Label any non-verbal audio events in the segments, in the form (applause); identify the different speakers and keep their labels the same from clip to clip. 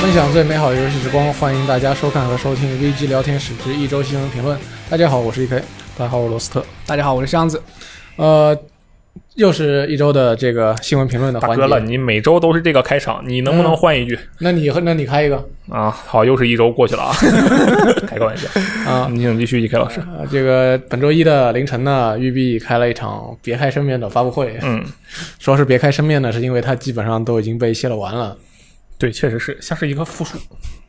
Speaker 1: 分享最美好的游戏时光，欢迎大家收看和收听 VG 聊天室之一周新闻评论。大家好，我是 E EK。大家好，我是罗斯特。
Speaker 2: 大家好，我是箱子。
Speaker 1: 呃，又是一周的这个新闻评论的
Speaker 3: 大
Speaker 1: 环
Speaker 3: 哥了，
Speaker 1: 节。
Speaker 3: 你每周都是这个开场，你能不
Speaker 1: 嗯
Speaker 3: 能换一句、
Speaker 1: 那你那你开一个
Speaker 3: 啊？好，又是一周过去
Speaker 1: (laughs)
Speaker 3: 了啊，开个玩笑
Speaker 1: 啊、
Speaker 3: 你请继续，一开老师。
Speaker 1: 呃这个本周一的凌晨呢，育碧开了一场别开生面的发布会。
Speaker 3: 嗯，
Speaker 1: 说是别开生面呢，是因为它基本上都已经被泄露完了。
Speaker 3: 对，确实是像是一个复数。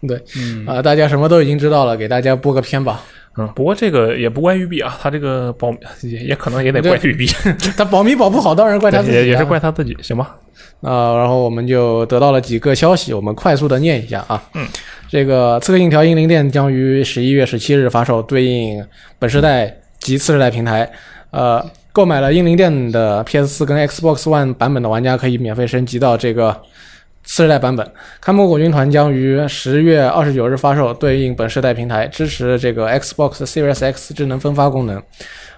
Speaker 1: 对，嗯、呃，大家什么都已经知道了，给大家播个片吧。 (laughs)
Speaker 3: 嗯，不过这个也不怪育碧啊，他这个保也也可能也得怪育碧，
Speaker 1: 他保密保不好，当然怪他自己、啊，
Speaker 3: 也也是怪他自己，行吧？
Speaker 1: 啊、然后我们就得到了几个消息，我们快速的念一下啊。
Speaker 3: 嗯，
Speaker 1: 这个《刺客信条：英灵殿》将于十一月十七日发售，对应本世代及次世代平台。呃，购买了英灵殿的 PS4 跟 Xbox One 版本的玩家可以免费升级到这个次世代版本。看门狗军团将于十月二十九日发售，对应本世代平台，支持这个 Xbox Series X 智能分发功能。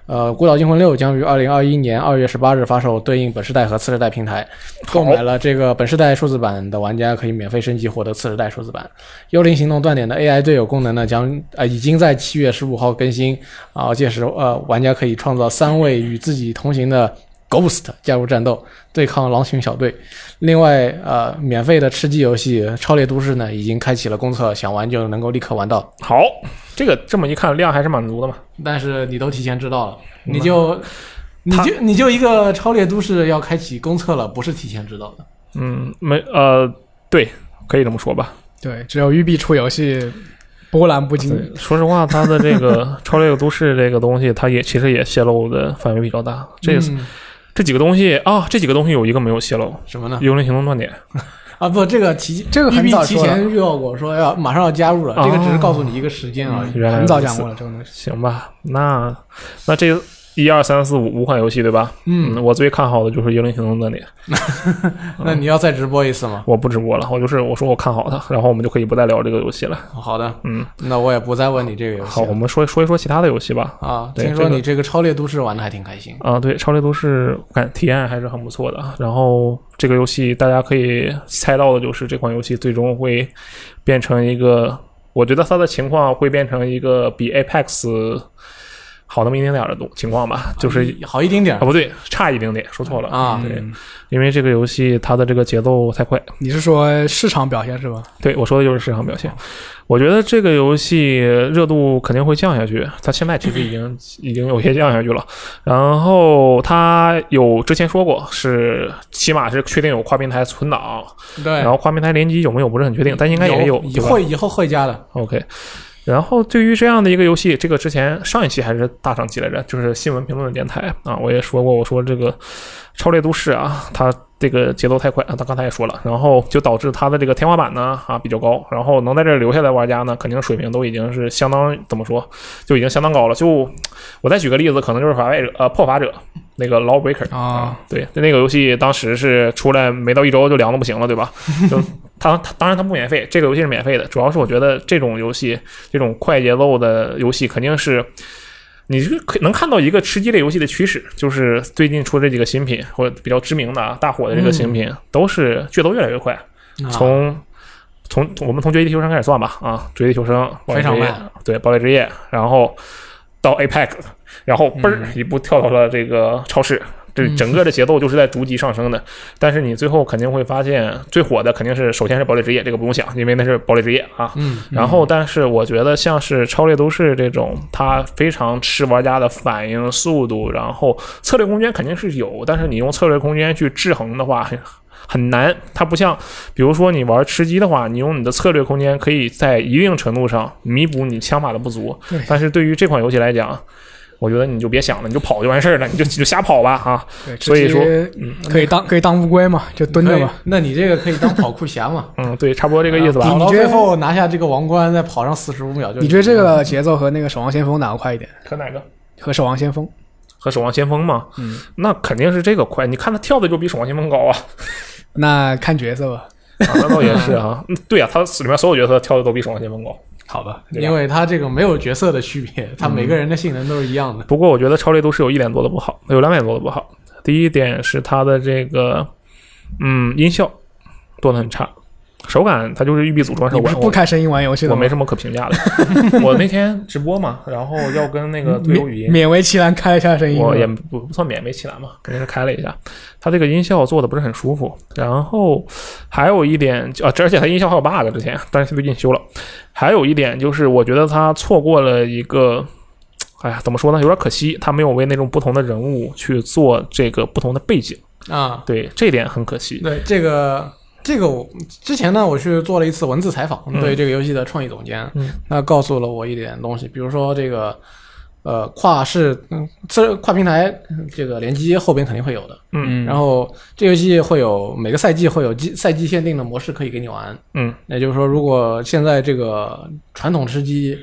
Speaker 1: 呃，《孤岛惊魂六》将于二零二一年二月十八日发售，对应本世代和次世代平台。购买了这个本世代数字版的玩家可以免费升级获得次世代数字版。《幽灵行动：断点》的 AI 队友功能呢，将呃已经在七月十五号更新啊、届时呃玩家可以创造三位与自己同行的 Ghost 加入战斗，对抗狼群小队。另外呃，免费的吃鸡游戏《超猎都市》呢，已经开启了公测，想玩就能够立刻玩到。
Speaker 3: 好，这个这么一看量还是满足的嘛。
Speaker 1: 但是你都提前知道了，你就。你就你就一个超猎都市要开启公测了，不是提前知道的。
Speaker 3: 嗯，没呃，对，可以这么说吧。
Speaker 2: 对，只有育碧出游戏，波澜不惊。
Speaker 3: 说实话，他的这个
Speaker 1: (laughs)
Speaker 3: 《超越都市》这个东西，它也其实也泄露的范围比较大。这、
Speaker 1: 嗯
Speaker 3: 这几个东西啊，这几个东西有一个没有泄露，
Speaker 1: 什么呢？
Speaker 3: 《幽灵行动：断点》
Speaker 1: 啊，不，这个提
Speaker 2: 这个
Speaker 1: 玉
Speaker 2: 很
Speaker 1: 碧
Speaker 2: 早
Speaker 1: 提
Speaker 2: 说了
Speaker 1: 前预告过，说要马上要加入了，
Speaker 3: 哦嗯
Speaker 1: 这个只是告诉你一个时间啊而已。
Speaker 3: 原来
Speaker 2: 很早
Speaker 3: 如此
Speaker 2: 讲过了这个东西。
Speaker 3: 行吧，那那这一二三四五五款游戏对吧？
Speaker 1: 嗯，
Speaker 3: 我最看好的就是《幽灵行动：断点》，
Speaker 1: 那你要再直播一次吗？
Speaker 3: 我不直播了，我就是我说我看好它，然后我们就可以不再聊这个游戏了。
Speaker 1: 好的，
Speaker 3: 嗯，
Speaker 1: 那我也不再问你这个游
Speaker 3: 好，
Speaker 1: 戏
Speaker 3: 我
Speaker 1: 了。
Speaker 3: 们说说一说其他的游戏吧。
Speaker 1: 啊，
Speaker 3: 对
Speaker 1: 听说你这个超猎都市玩的还挺开心。
Speaker 3: 啊，对，《超猎都市》感体验还是很不错的啊。然后这个游戏大家可以猜到的就是，这款游戏最终会变成一个，我觉得它的情况会变成一个比 Apex 好那么一丁点儿的东情况吧，
Speaker 2: 嗯
Speaker 3: 就是
Speaker 1: 好一丁点
Speaker 3: 啊不对，差一丁点，说错了
Speaker 1: 啊
Speaker 3: 对，因为这个游戏它的这个节奏太快，
Speaker 2: 你是说市场表现是吧？
Speaker 3: 对我说的就是市场表
Speaker 1: 哦
Speaker 3: 现。我觉得这个游戏热度肯定会降下去，它现在其实
Speaker 1: (laughs)
Speaker 3: 已经已经有些降下去了。然后它有之前说过是起码是确定有跨平台存档，
Speaker 1: 对
Speaker 3: 然，后跨平台联机有没有不是很确定，但应该也有，
Speaker 1: 以
Speaker 3: 对吧
Speaker 1: 后以后会加的。
Speaker 3: OK。然后对于这样的一个游戏，这个之前上一期还是大上期来着，就是新闻评论电台啊，我也说过，我说这个《超猎都市》啊，它这个节奏太快啊，他刚才也说了，然后就导致它的这个天花板呢啊比较高，然后能在这儿留下来玩家呢，肯定水平都已经是相当怎么说，就已经相当高了。就我再举个例子，可能就是《法外者》呃，《破法者》那个 Lawbreaker
Speaker 2: 啊，
Speaker 3: 对，那个游戏当时是出来没到一周就凉的不行了，对吧？就它它当然它不免费，这个游戏是免费的。主要是我觉得这种游戏，这种快节奏的游戏肯定是。你是可能看到一个吃鸡类游戏的趋势，就是最近出这几个新品或者比较知名的啊，大火的这个新品，都是节奏越来越快。
Speaker 1: 啊
Speaker 3: 从从我们从《绝地求生》开始算吧，啊，《绝地求生》堡垒
Speaker 1: 非常
Speaker 3: 之夜
Speaker 1: 慢，
Speaker 3: 对，《堡垒之夜》，然后到 APEC，然后嘣
Speaker 1: 嗯
Speaker 3: 儿一步跳到了这个超市，这整个的节奏就是在逐级上升的。但是你最后肯定会发现，最火的肯定是首先是《堡垒之夜》，这个不用想，因为那是《堡垒之夜》啊。
Speaker 1: 嗯，
Speaker 3: 然后，但是我觉得像是《超猎都市》这种，它非常吃玩家的反应速度，然后策略空间肯定是有，但是你用策略空间去制衡的话，很难。它不像，比如说你玩吃鸡的话，你用你的策略空间可以在一定程度上弥补你枪法的不足
Speaker 2: 对。
Speaker 3: 但是对于这款游戏来讲，我觉得你就别想了，你就跑就完事儿了，你就你就瞎跑吧啊！
Speaker 2: 对，直
Speaker 3: 所以
Speaker 2: 接
Speaker 3: 说嗯
Speaker 2: 可以当可以当乌龟嘛，就蹲着嘛。
Speaker 1: 可以那你这个可以当跑酷侠
Speaker 3: (laughs)
Speaker 1: 嘛？
Speaker 3: 嗯，对，差不多这个意思吧。
Speaker 1: 跑到
Speaker 2: 你觉
Speaker 1: 最
Speaker 2: 得
Speaker 1: 后拿下这个王冠，再跑上四十五秒就。
Speaker 2: 你觉得这个节奏和那个《守望先锋》哪个快一点？
Speaker 3: 和哪个？
Speaker 2: 和《守望先锋》
Speaker 3: 和守望先锋嘛，
Speaker 2: 嗯，
Speaker 3: 那肯定是这个快。你看他跳的就比守望先锋高啊。
Speaker 2: 那看角色吧。
Speaker 3: 啊，那倒也是啊。嗯对啊，他里面所有角色跳的都比守望先锋高。
Speaker 2: 好吧，
Speaker 3: 对吧
Speaker 1: 因为它这个没有角色的区别，它
Speaker 3: 嗯
Speaker 1: 每个人的性能都是一样的。
Speaker 3: 不过我觉得超猎都是有一点做的不好，有两点做的不好。第一点是它的这个，嗯，音效做的很差。手感它就是玉币组装手
Speaker 2: 你不
Speaker 3: 感
Speaker 2: 是，不开声音玩游戏的
Speaker 3: 我
Speaker 2: 吗？
Speaker 3: 没什么可评价的。
Speaker 2: (laughs)
Speaker 3: 我那天直播嘛，然后要跟那个
Speaker 2: 嗯
Speaker 3: 队友语音，
Speaker 2: 勉为其难开一下声音吗。
Speaker 3: 我也不不算勉为其难嘛，肯定是开了一下。它这个音效做的不是很舒服，然后还有一点啊，这而且它音效还有 bug 之前，但是最近修了。还有一点就是，我觉得它错过了一个，哎呀，怎么说呢，有点可惜，它没有为那种不同的人物去做这个不同的背景，
Speaker 1: 啊，
Speaker 3: 对，这点很可惜。
Speaker 1: 对这个。这个我之前呢，我去做了一次文字采访，
Speaker 3: 嗯
Speaker 1: 对这个游戏的创意总监，
Speaker 3: 嗯
Speaker 1: 他告诉了我一点东西，比如说这个，呃，跨市、嗯，这跨平台嗯这个联机后边肯定会有的，
Speaker 3: 嗯
Speaker 1: 然后这游戏会有每个赛季会有季赛季限定的模式可以给你玩，
Speaker 3: 嗯
Speaker 1: 也就是说，如果现在这个传统吃鸡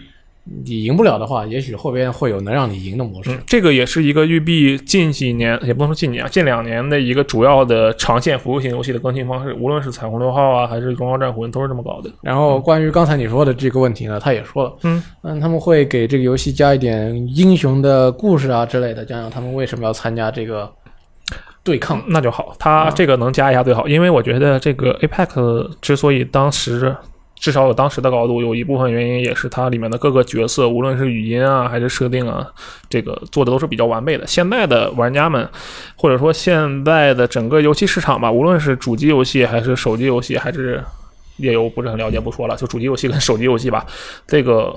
Speaker 1: 你赢不了的话，也许后边会有能让你赢的模式。
Speaker 3: 嗯，这个也是一个育碧近几年，也不能说近几年，啊近两年的一个主要的长线服务型游戏的更新方式，无论是彩虹六号啊，还是荣耀战魂，都是这么搞的。
Speaker 1: 然后关于刚才你说的这个问题呢，他也说了，
Speaker 3: 嗯
Speaker 1: 嗯，他们会给这个游戏加一点英雄的故事啊之类的，讲讲他们为什么要参加这个对抗。
Speaker 3: 那就好，它这个能加一下最好，因为我觉得这个 Apex 之所以当时至少有当时的高度，有一部分原因也是它里面的各个角色，无论是语音啊还是设定啊，这个做的都是比较完备的。现在的玩家们，或者说现在的整个游戏市场吧，无论是主机游戏还是手机游戏，还是也有不是很了解不说了，就主机游戏跟手机游戏吧，这个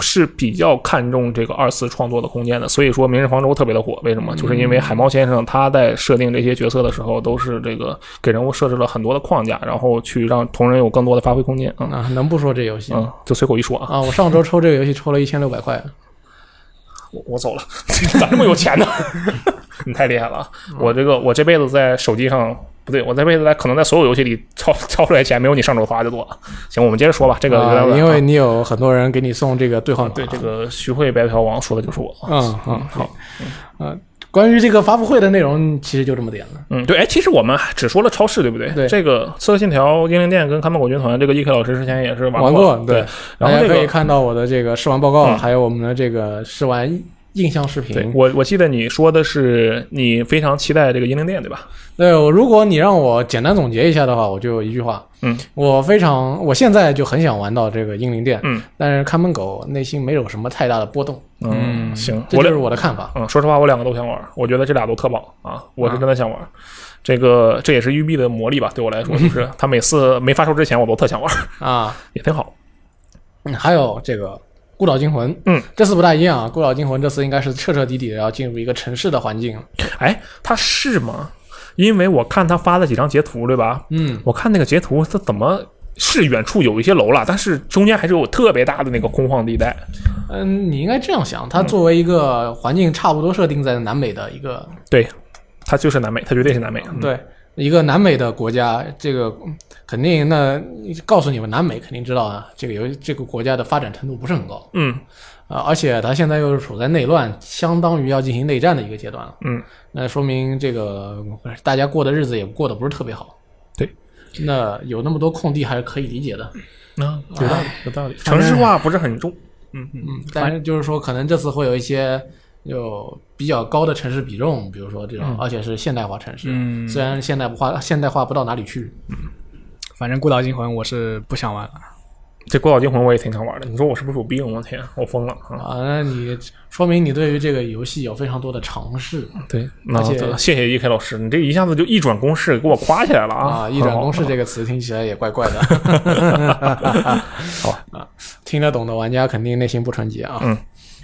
Speaker 3: 是比较看重这个二次创作的空间的，所以说《明日方舟》特别的火，为什么？就是因为海猫先生他在设定这些角色的时候，都是这个给人物设置了很多的框架，然后去让同人有更多的发挥空间。嗯
Speaker 1: 啊，能不说这游戏吗？
Speaker 3: 嗯，就随口一说啊，
Speaker 1: 啊，我上周抽这个游戏抽了一千六百块，
Speaker 3: 我我走了，咋这么有钱呢？ (laughs) 你太厉害了啊！我这个我这辈子在手机上不对，我这辈子在可能在所有游戏里超超出来钱没有你上手花的多。行，我们接着说吧，这个有点
Speaker 1: 啊
Speaker 3: 晚
Speaker 1: 因为
Speaker 3: 啊
Speaker 1: 你有很多人给你送这个兑换码。
Speaker 3: 对这个徐汇白嫖王说的就是我。
Speaker 1: 啊嗯嗯
Speaker 3: 好，
Speaker 1: 啊，关于这个发布会的内容，其实就这么点了。
Speaker 3: 嗯，对，哎，其实我们还只说了超市，对不对？
Speaker 1: 对
Speaker 3: 这个《刺客信条》《英灵殿》跟《看门狗军团》，这个 E.K 老师之前也是
Speaker 1: 玩
Speaker 3: 过
Speaker 1: 过
Speaker 3: 的，
Speaker 1: 对
Speaker 3: 对。然后
Speaker 1: 大
Speaker 3: 这
Speaker 1: 家可以
Speaker 3: 个，
Speaker 1: 看到我的这个试玩报告，
Speaker 3: 嗯
Speaker 1: 还有我们的这个试玩印象视频。
Speaker 3: 对我我记得你说的是你非常期待这个《英灵殿》，对吧？
Speaker 1: 对，我如果你让我简单总结一下的话，我就一句话，
Speaker 3: 嗯，
Speaker 1: 我非常，我现在就很想玩到这个英灵殿，
Speaker 3: 嗯，
Speaker 1: 但是看门狗内心没有什么太大的波动，
Speaker 3: 嗯，行，
Speaker 1: 这
Speaker 3: 我
Speaker 1: 就
Speaker 3: 俩
Speaker 1: 是我的看法。
Speaker 3: 嗯，说实话，我两个都想玩，我觉得这俩都特棒啊，我是真的想玩。这个这也是育碧的魔力吧，对我来说，就是他每次没发售之前，我都特想玩，
Speaker 1: 啊，
Speaker 3: 也挺好。
Speaker 1: 嗯还有这个《孤岛惊魂》，
Speaker 3: 嗯，
Speaker 1: 这次不大一样啊，《孤岛惊魂》这次应该是彻彻底底的要进入一个城市的环境了，
Speaker 3: 哎，他是吗？因为我看他发了几张截图，对吧？
Speaker 1: 嗯，
Speaker 3: 我看那个截图，它怎么是远处有一些楼了，但是中间还是有特别大的那个空旷地带。
Speaker 1: 嗯，你应该这样想，它作为一个环境差不多设定在南美的一个
Speaker 3: 对，它就是南美，它绝对是南美。嗯，
Speaker 1: 对，一个南美的国家，这个嗯肯定那告诉你们，南美肯定知道啊，这个游这个国家的发展程度不是很高
Speaker 3: 嗯
Speaker 1: 啊、而且它现在又是处在内乱，相当于要进行内战的一个阶段了。
Speaker 3: 嗯，
Speaker 1: 那说明这个呃大家过的日子也过得不是特别好。
Speaker 3: 对，
Speaker 1: 那有那么多空地还是可以理解的。
Speaker 3: 啊，有道理，
Speaker 1: 哎
Speaker 3: 有道理。城市化不是很重。嗯嗯，
Speaker 1: 嗯，但是就是说，可能这次会有一些有比较高的城市比重，比如说这种，
Speaker 3: 嗯
Speaker 1: 而且是现代化城市。
Speaker 2: 嗯
Speaker 1: 虽然现代化现代化不到哪里去。
Speaker 2: 反正《孤岛惊魂》我是不想玩了。
Speaker 3: 这《孤岛惊魂》我也挺想玩的。你说我是不是有病？我天，我疯了啊！
Speaker 1: 啊，那你说明你对于这个游戏有非常多的尝试
Speaker 3: 对，那
Speaker 1: 而且
Speaker 3: 得谢谢 E.K 老师，你这一下子就一转公式给我夸起来了啊！
Speaker 1: 啊！一转公式
Speaker 3: 很好
Speaker 1: 这个词听起来也怪怪的。
Speaker 3: 好
Speaker 1: (laughs) 啊，听得懂的玩家肯定内心不纯洁啊。
Speaker 3: 嗯，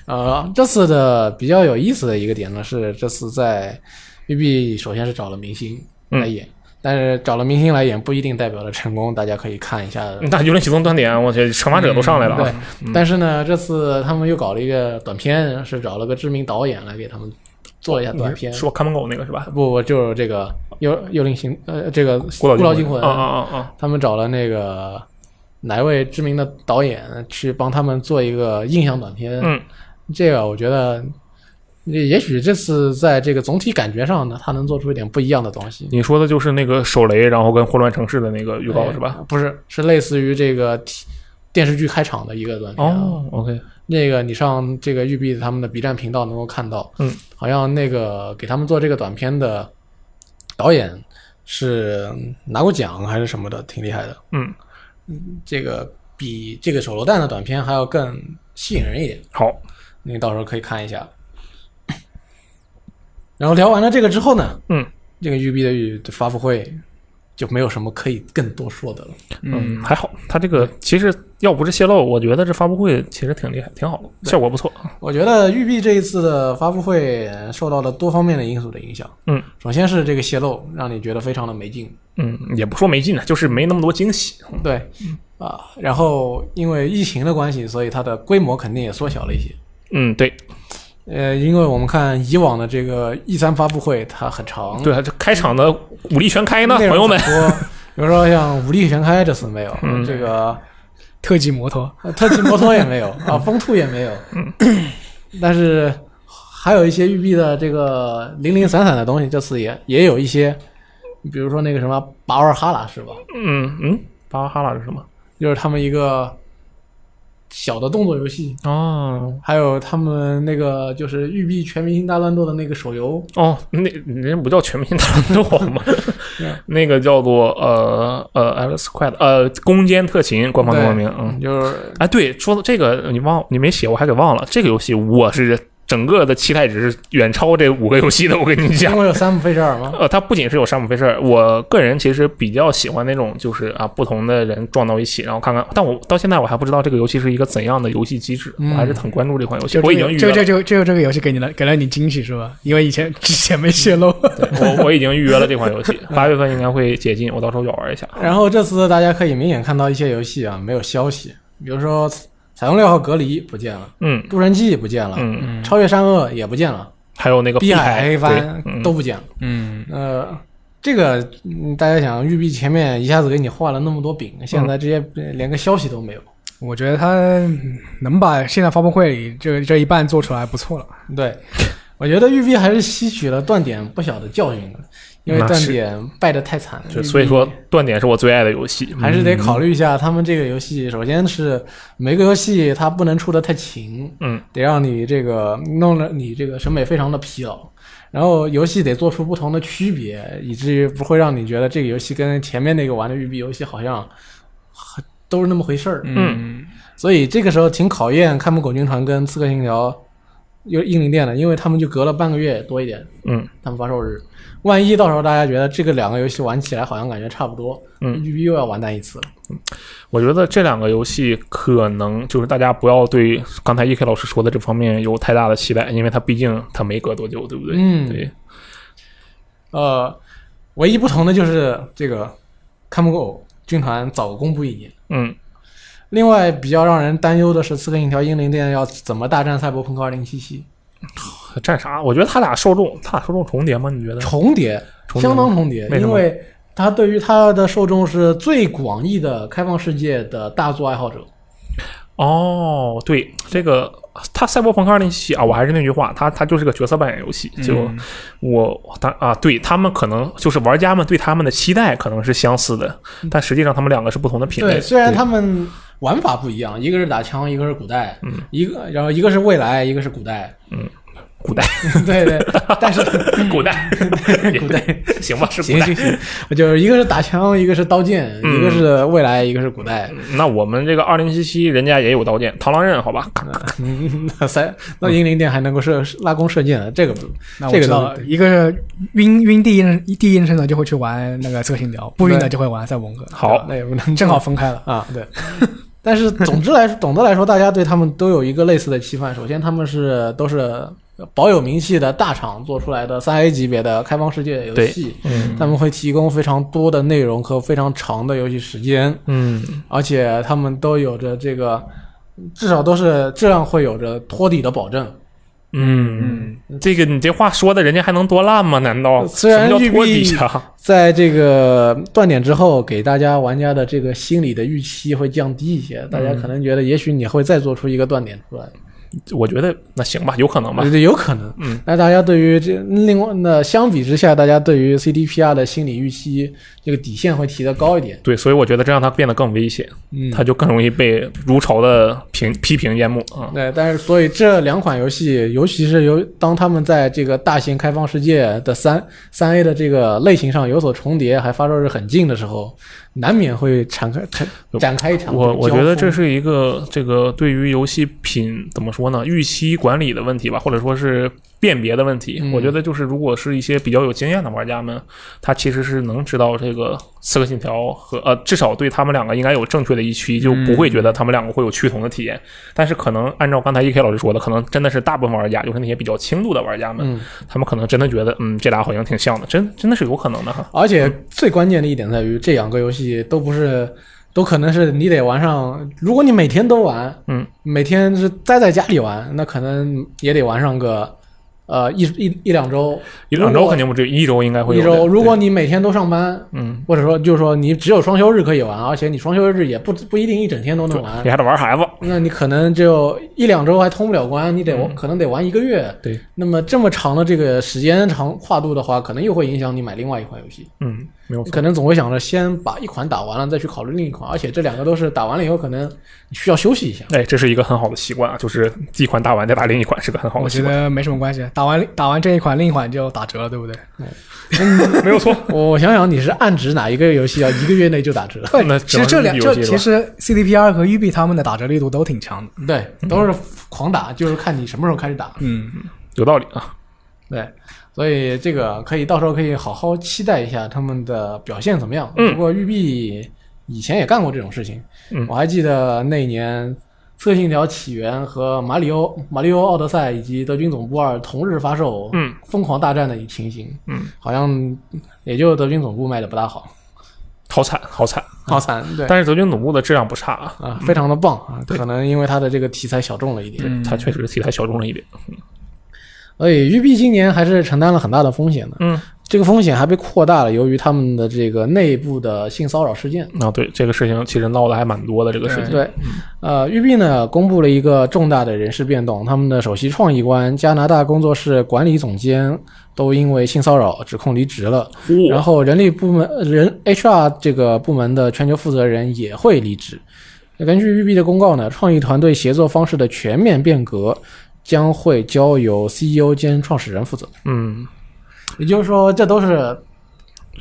Speaker 1: 呃，这次的比较有意思的一个点呢是，这次在 B B 首先是找了明星
Speaker 3: 嗯
Speaker 1: 来演。但是找了明星来演不一定代表着成功，大家可以看一下。
Speaker 3: 那《幽灵行动》断点，我去，惩罚者都上来了
Speaker 1: 对
Speaker 3: 啊！，
Speaker 1: 但是呢，这次他们又搞了一个短片，是找了个知名导演来给他们做一下短片。
Speaker 3: 说看门狗那个是吧？
Speaker 1: 不不，就是这个幽幽灵行呃，这个
Speaker 3: 孤岛
Speaker 1: 孤岛
Speaker 3: 惊
Speaker 1: 惊魂，
Speaker 3: 啊啊啊啊！
Speaker 1: 他们找了那个哪位知名的导演去帮他们做一个印象短片。
Speaker 3: 嗯，
Speaker 1: 这个我觉得，也许这次在这个总体感觉上呢，他能做出一点不一样的东西。
Speaker 3: 你说的就是那个手雷，然后跟混乱城市的那个预告是吧？
Speaker 1: 哎？不是，是类似于这个 T- 电视剧开场的一个短片。，啊
Speaker 3: 哦，OK，
Speaker 1: 那个你上这个育碧他们的 B 站频道能够看到，
Speaker 3: 嗯，
Speaker 1: 好像那个给他们做这个短片的导演是拿过奖还是什么的，挺厉害的。
Speaker 3: 嗯，
Speaker 1: 这个比这个手榴弹的短片还要更吸引人一点，
Speaker 3: 好，
Speaker 1: 你到时候可以看一下。 (coughs) 然后聊完了这个之后呢，
Speaker 3: 嗯，
Speaker 1: 这个育碧的发布会就没有什么可以更多说的了。
Speaker 3: 嗯，还好，他这个其实要不是泄露，我觉得这发布会其实挺厉害，挺好的，效果不错。
Speaker 1: 我觉得育碧这一次的发布会受到了多方面的因素的影响。
Speaker 3: 嗯，
Speaker 1: 首先是这个泄露让你觉得非常的没劲，
Speaker 3: 嗯，也不说没劲呢，就是没那么多惊喜。
Speaker 1: 对，啊，然后因为疫情的关系，所以它的规模肯定也缩小了一些。
Speaker 3: 嗯，对，
Speaker 1: 呃，因为我们看以往的这个 E 三发布会，它很长，
Speaker 3: 对啊，这开场的武力全开呢，
Speaker 1: 嗯内
Speaker 3: 朋
Speaker 1: 容
Speaker 3: 友们。
Speaker 1: 很多，比如说像武力全开这次没有，
Speaker 3: 嗯
Speaker 1: 这个
Speaker 2: 特技摩托，
Speaker 1: 呃特技摩托也没有啊，风兔也没有，但是还有一些育碧的这个零零散散的东西，这次也也有一些，比如说那个什么巴尔哈拉是吧？
Speaker 3: 嗯嗯，巴哈哈拉是什么？
Speaker 1: 就是他们一个小的动作游戏，
Speaker 3: 哦
Speaker 1: 还有他们那个就是育碧全明星大乱斗的那个手游，
Speaker 3: 哦，那人家不叫全民大乱斗好吗
Speaker 1: Yeah？
Speaker 3: 那个叫做呃呃 Alice 快的呃攻坚特勤官方中文名。嗯，
Speaker 1: 就是
Speaker 3: 哎，对，说到这个，你忘你没写，我还给忘了。这个游戏我是整个的期待值是远超这五个游戏的，我跟你讲 (laughs)
Speaker 1: 因。为有三部飞十二嘛，
Speaker 3: 呃，它不仅是有山姆费舍尔，我个人其实比较喜欢那种就是啊不同的人撞到一起，然后看看。但我到现在我还不知道这个游戏是一个怎样的游戏机制，我还是很关注这款游戏。
Speaker 2: 就
Speaker 3: 我已
Speaker 2: 这
Speaker 3: 经
Speaker 2: 个
Speaker 3: 预
Speaker 2: 就
Speaker 3: 约
Speaker 2: 就
Speaker 3: 了，
Speaker 2: 就就这个游戏给你了，给了你惊喜是吧？因为以前 (laughs) 之前没泄露，
Speaker 3: 我我已经预约了这款游戏，八月份应该会解禁，我到时候要玩一下。
Speaker 1: 然后这次大家可以明显看到一些游戏啊没有消息，比如说《彩虹六号隔离》不见了，
Speaker 3: 嗯
Speaker 1: 《渡神记》不见了，
Speaker 3: 嗯，
Speaker 1: 超越善恶》也不见了，
Speaker 3: 还有那个
Speaker 1: 《碧海黑帆》
Speaker 3: 帆
Speaker 1: 都
Speaker 3: 嗯
Speaker 1: 不见了。
Speaker 2: 嗯，
Speaker 1: 呃，这个嗯大家想，育碧前面一下子给你画了那么多饼，现
Speaker 3: 嗯
Speaker 1: 在这些呃连个消息都没有。
Speaker 2: 我觉得他能把现在发布会里这这一半做出来不错了。
Speaker 1: 对，我觉得育碧还是吸取了断点不小的教训的，因为
Speaker 3: 那
Speaker 1: 断
Speaker 3: 是
Speaker 1: 点败得太惨了。
Speaker 3: 就
Speaker 1: 育
Speaker 3: 所以
Speaker 1: 碧
Speaker 3: 说断点是我最爱的游戏，
Speaker 1: 还是得考虑一下他们这个游戏。首先是每个游戏它不能出的太勤，
Speaker 3: 嗯，
Speaker 1: 得让你这个弄得你这个审美非常的疲劳。然后游戏得做出不同的区别，以至于不会让你觉得这个游戏跟前面那个玩的育碧游戏好像都是那么回事儿。
Speaker 3: 嗯
Speaker 1: 所以这个时候挺考验看门狗军团跟刺客信条又英灵殿的，因为他们就隔了半个月多一点，
Speaker 3: 嗯
Speaker 1: 他们发售日。万一到时候大家觉得这个两个游戏玩起来好像感觉差不多，
Speaker 3: 嗯
Speaker 1: 育碧又要完蛋一次。
Speaker 3: 我觉得这两个游戏可能就是大家不要对刚才 E.K 老师说的这方面有太大的期待，因为它毕竟它没隔多久，对不对？
Speaker 1: 嗯
Speaker 3: 对，
Speaker 1: 呃，唯一不同的就是这个看门狗军团早公布一年。
Speaker 3: 嗯
Speaker 1: 另外，比较让人担忧的是，《刺客信条：英灵殿》要怎么大战《赛博朋克2077》，
Speaker 3: 战啥？我觉得他俩受众，他俩受众重叠吗？你觉得？
Speaker 1: 重叠，
Speaker 3: 重叠
Speaker 1: 相当重叠，
Speaker 3: 为什
Speaker 1: 因
Speaker 3: 么
Speaker 1: 为它对于它的受众是最广义的开放世界的大作爱好者。
Speaker 3: 哦，对，这个他赛博朋克二零七七啊，我还是那句话，他他就是个角色扮演游戏，就、我他啊，对他们可能就是玩家们对他们的期待可能是相似的，但实际上他们两个是不同的品类。
Speaker 1: 对，虽然他们玩法不一样，一个是打枪，一个是古代，
Speaker 3: 嗯
Speaker 1: 一个然后一个是未来，一个是古
Speaker 3: (laughs)
Speaker 1: 代，
Speaker 3: 古代
Speaker 1: 对对，但是 (laughs)
Speaker 3: 古代
Speaker 1: 古代
Speaker 3: 行吧，是古
Speaker 1: 行
Speaker 3: 代。
Speaker 1: 行行， (laughs) 就是一个是打枪，一个是刀剑，
Speaker 3: 嗯
Speaker 1: 一个是未来，一个是古代。
Speaker 3: (laughs) 那我们这个二零七七人家也有刀剑，螳螂刃，好吧？咔
Speaker 1: 嗯， (laughs) 那三那英灵殿还能够射拉弓射箭的，这个不
Speaker 2: 那我
Speaker 1: 这个
Speaker 2: 知道了，
Speaker 1: 倒
Speaker 2: 一个是晕晕第一人第一人称的就会去玩那个刺客信条，不晕的
Speaker 1: 对
Speaker 2: 就会玩赛博朋克，
Speaker 3: 好，
Speaker 1: 那也不
Speaker 2: (laughs)
Speaker 1: 能
Speaker 2: 正好分开了。
Speaker 1: 啊，对。 (laughs) 但是总之来说，总的来说，大家对他们都有一个类似的期盼。首先，他们是都是保有名气的大厂做出来的三 A 级别的开放世界游戏，
Speaker 3: 嗯
Speaker 1: 他们会提供非常多的内容和非常长的游戏时间，
Speaker 3: 嗯
Speaker 1: 而且他们都有着这个，至少都是这样会有着托底的保证。
Speaker 3: 嗯，这个你这话说的，人家还能多烂吗？难道
Speaker 1: 虽然
Speaker 3: 什么
Speaker 1: 育
Speaker 3: 叫托
Speaker 1: 碧
Speaker 3: 底啊？
Speaker 1: 在这个断点之后，给大家玩家的这
Speaker 3: 嗯
Speaker 1: 个心理的预期会降低一些，大家可能觉得也许你会再做出一个断点出来，
Speaker 3: 我觉得那行吧，有可能吧。
Speaker 1: 有可能。
Speaker 3: 嗯，
Speaker 1: 那大家对于这嗯另外那相比之下，大家对于 CDPR 的心理预期这个底线会提得高一点。
Speaker 3: 对，所以我觉得这让它变得更危险，
Speaker 1: 嗯，
Speaker 3: 它就更容易被如潮的评批评淹没啊。
Speaker 1: 对，但是所以这两款游戏，尤其是由当他们在这个大型开放世界的三三 A 的这个类型上有所重叠，还发售日很近的时候，难免会展开展展开一场
Speaker 3: 我我
Speaker 1: 交
Speaker 3: 觉得
Speaker 1: 锋
Speaker 3: 这是一个这个对于游戏品怎么说呢，预期管理的问题吧，或者说是辨别的问题。
Speaker 1: 嗯
Speaker 3: 我觉得就是如果是一些比较有经验的玩家们，他其实是能知道这个《刺客信条》和呃，至少对他们两个应该有正确的预期，就不会觉
Speaker 1: 嗯
Speaker 3: 得他们两个会有趋同的体验。但是可能按照刚才 E.K 老师说的，可能真的是大部分玩家，就是那些比较轻度的玩家们，
Speaker 1: 嗯，
Speaker 3: 他们可能真的觉得嗯，这俩好像挺像的，真真的是有可能的哈。
Speaker 1: 而且最关键的一点在于，这两个游戏都不是，都可能是你得玩上。如果你每天都玩，
Speaker 3: 嗯，
Speaker 1: 每天是待在家里玩，那可能也得玩上个，呃，一一一两周，
Speaker 3: 一两周肯定不至于，一周应该会有
Speaker 1: 一
Speaker 3: 的。
Speaker 1: 周。如
Speaker 3: 对
Speaker 1: 果你每天都上班，
Speaker 3: 嗯。
Speaker 1: 或者说就是说你只有双休日可以玩，而且你双休日也不不一定一整天都能玩
Speaker 3: 你。还得玩孩子，
Speaker 1: 那你可能就一两周还通不了关，你得、
Speaker 3: 嗯
Speaker 1: 可能得玩一个月。
Speaker 3: 对，
Speaker 1: 那么这么长的这个时间长跨度的话，可能又会影响你买另外一款游戏。
Speaker 3: 嗯，没有错。
Speaker 1: 可能总会想着先把一款打完了，再去考虑另一款，而且这两个都是打完了以后，可能你需要休息一下。
Speaker 3: 哎，这是一个很好的习惯啊，就是一款打完再打另一款，是个很好
Speaker 2: 我
Speaker 3: 的习
Speaker 2: 觉
Speaker 3: 惯，
Speaker 2: 得没什么关系，打完打完这一款，另一款就打折了，对不对？
Speaker 3: 没有错。
Speaker 1: 我我想想，你是暗指哪一个游戏要一个月内就打折？
Speaker 3: 那
Speaker 2: 其实这两
Speaker 3: 只能
Speaker 2: 这
Speaker 3: 是游戏
Speaker 2: 其实 CDPR 和育碧他们的打折力度都挺强的。
Speaker 1: 对，都是狂打，就是看你什么时候开始打。
Speaker 2: 嗯，
Speaker 3: 有道理啊。
Speaker 1: 对，所以这个可以到时候可以好好期待一下他们的表现怎么样。
Speaker 3: 嗯
Speaker 1: 不过育碧以前也干过这种事情，
Speaker 3: 嗯
Speaker 1: 我还记得那年《刺客信条：起源》和《马里奥马里奥奥德赛》以及《德军总部二》同日发售，
Speaker 3: 嗯，
Speaker 1: 疯狂大战的情形，
Speaker 3: 嗯，
Speaker 1: 好像也就德军总部卖的不大好，
Speaker 3: 好惨，好惨！
Speaker 1: 好惨，对。
Speaker 3: 但是德军总部的质量不差啊，
Speaker 1: 啊，非常的棒啊！
Speaker 3: 对
Speaker 1: 可能因为它的这个题材小众了一
Speaker 2: 嗯
Speaker 1: 点，
Speaker 3: 它确实题材小众了一点。
Speaker 1: 所以育碧今年还是承担了很大的风险的。
Speaker 3: 嗯，
Speaker 1: 这个风险还被扩大了，由于他们的这个内部的性骚扰事件。
Speaker 3: 啊，对这个事情其实闹得还蛮多的，这个事情。
Speaker 1: 对，呃，育碧呢公布了一个重大的人事变动，他们的首席创意官、加拿大工作室管理总监都因为性骚扰指控离职了，
Speaker 2: 啊
Speaker 1: 然
Speaker 3: 哇，
Speaker 1: 后人力部门人 HR 这个部门的全球负责人也会离职。根据育碧的公告呢，创意团队协作方式的全面变革将会交由 CEO 兼创始人负责，
Speaker 3: 嗯，
Speaker 1: 也就是说，这都是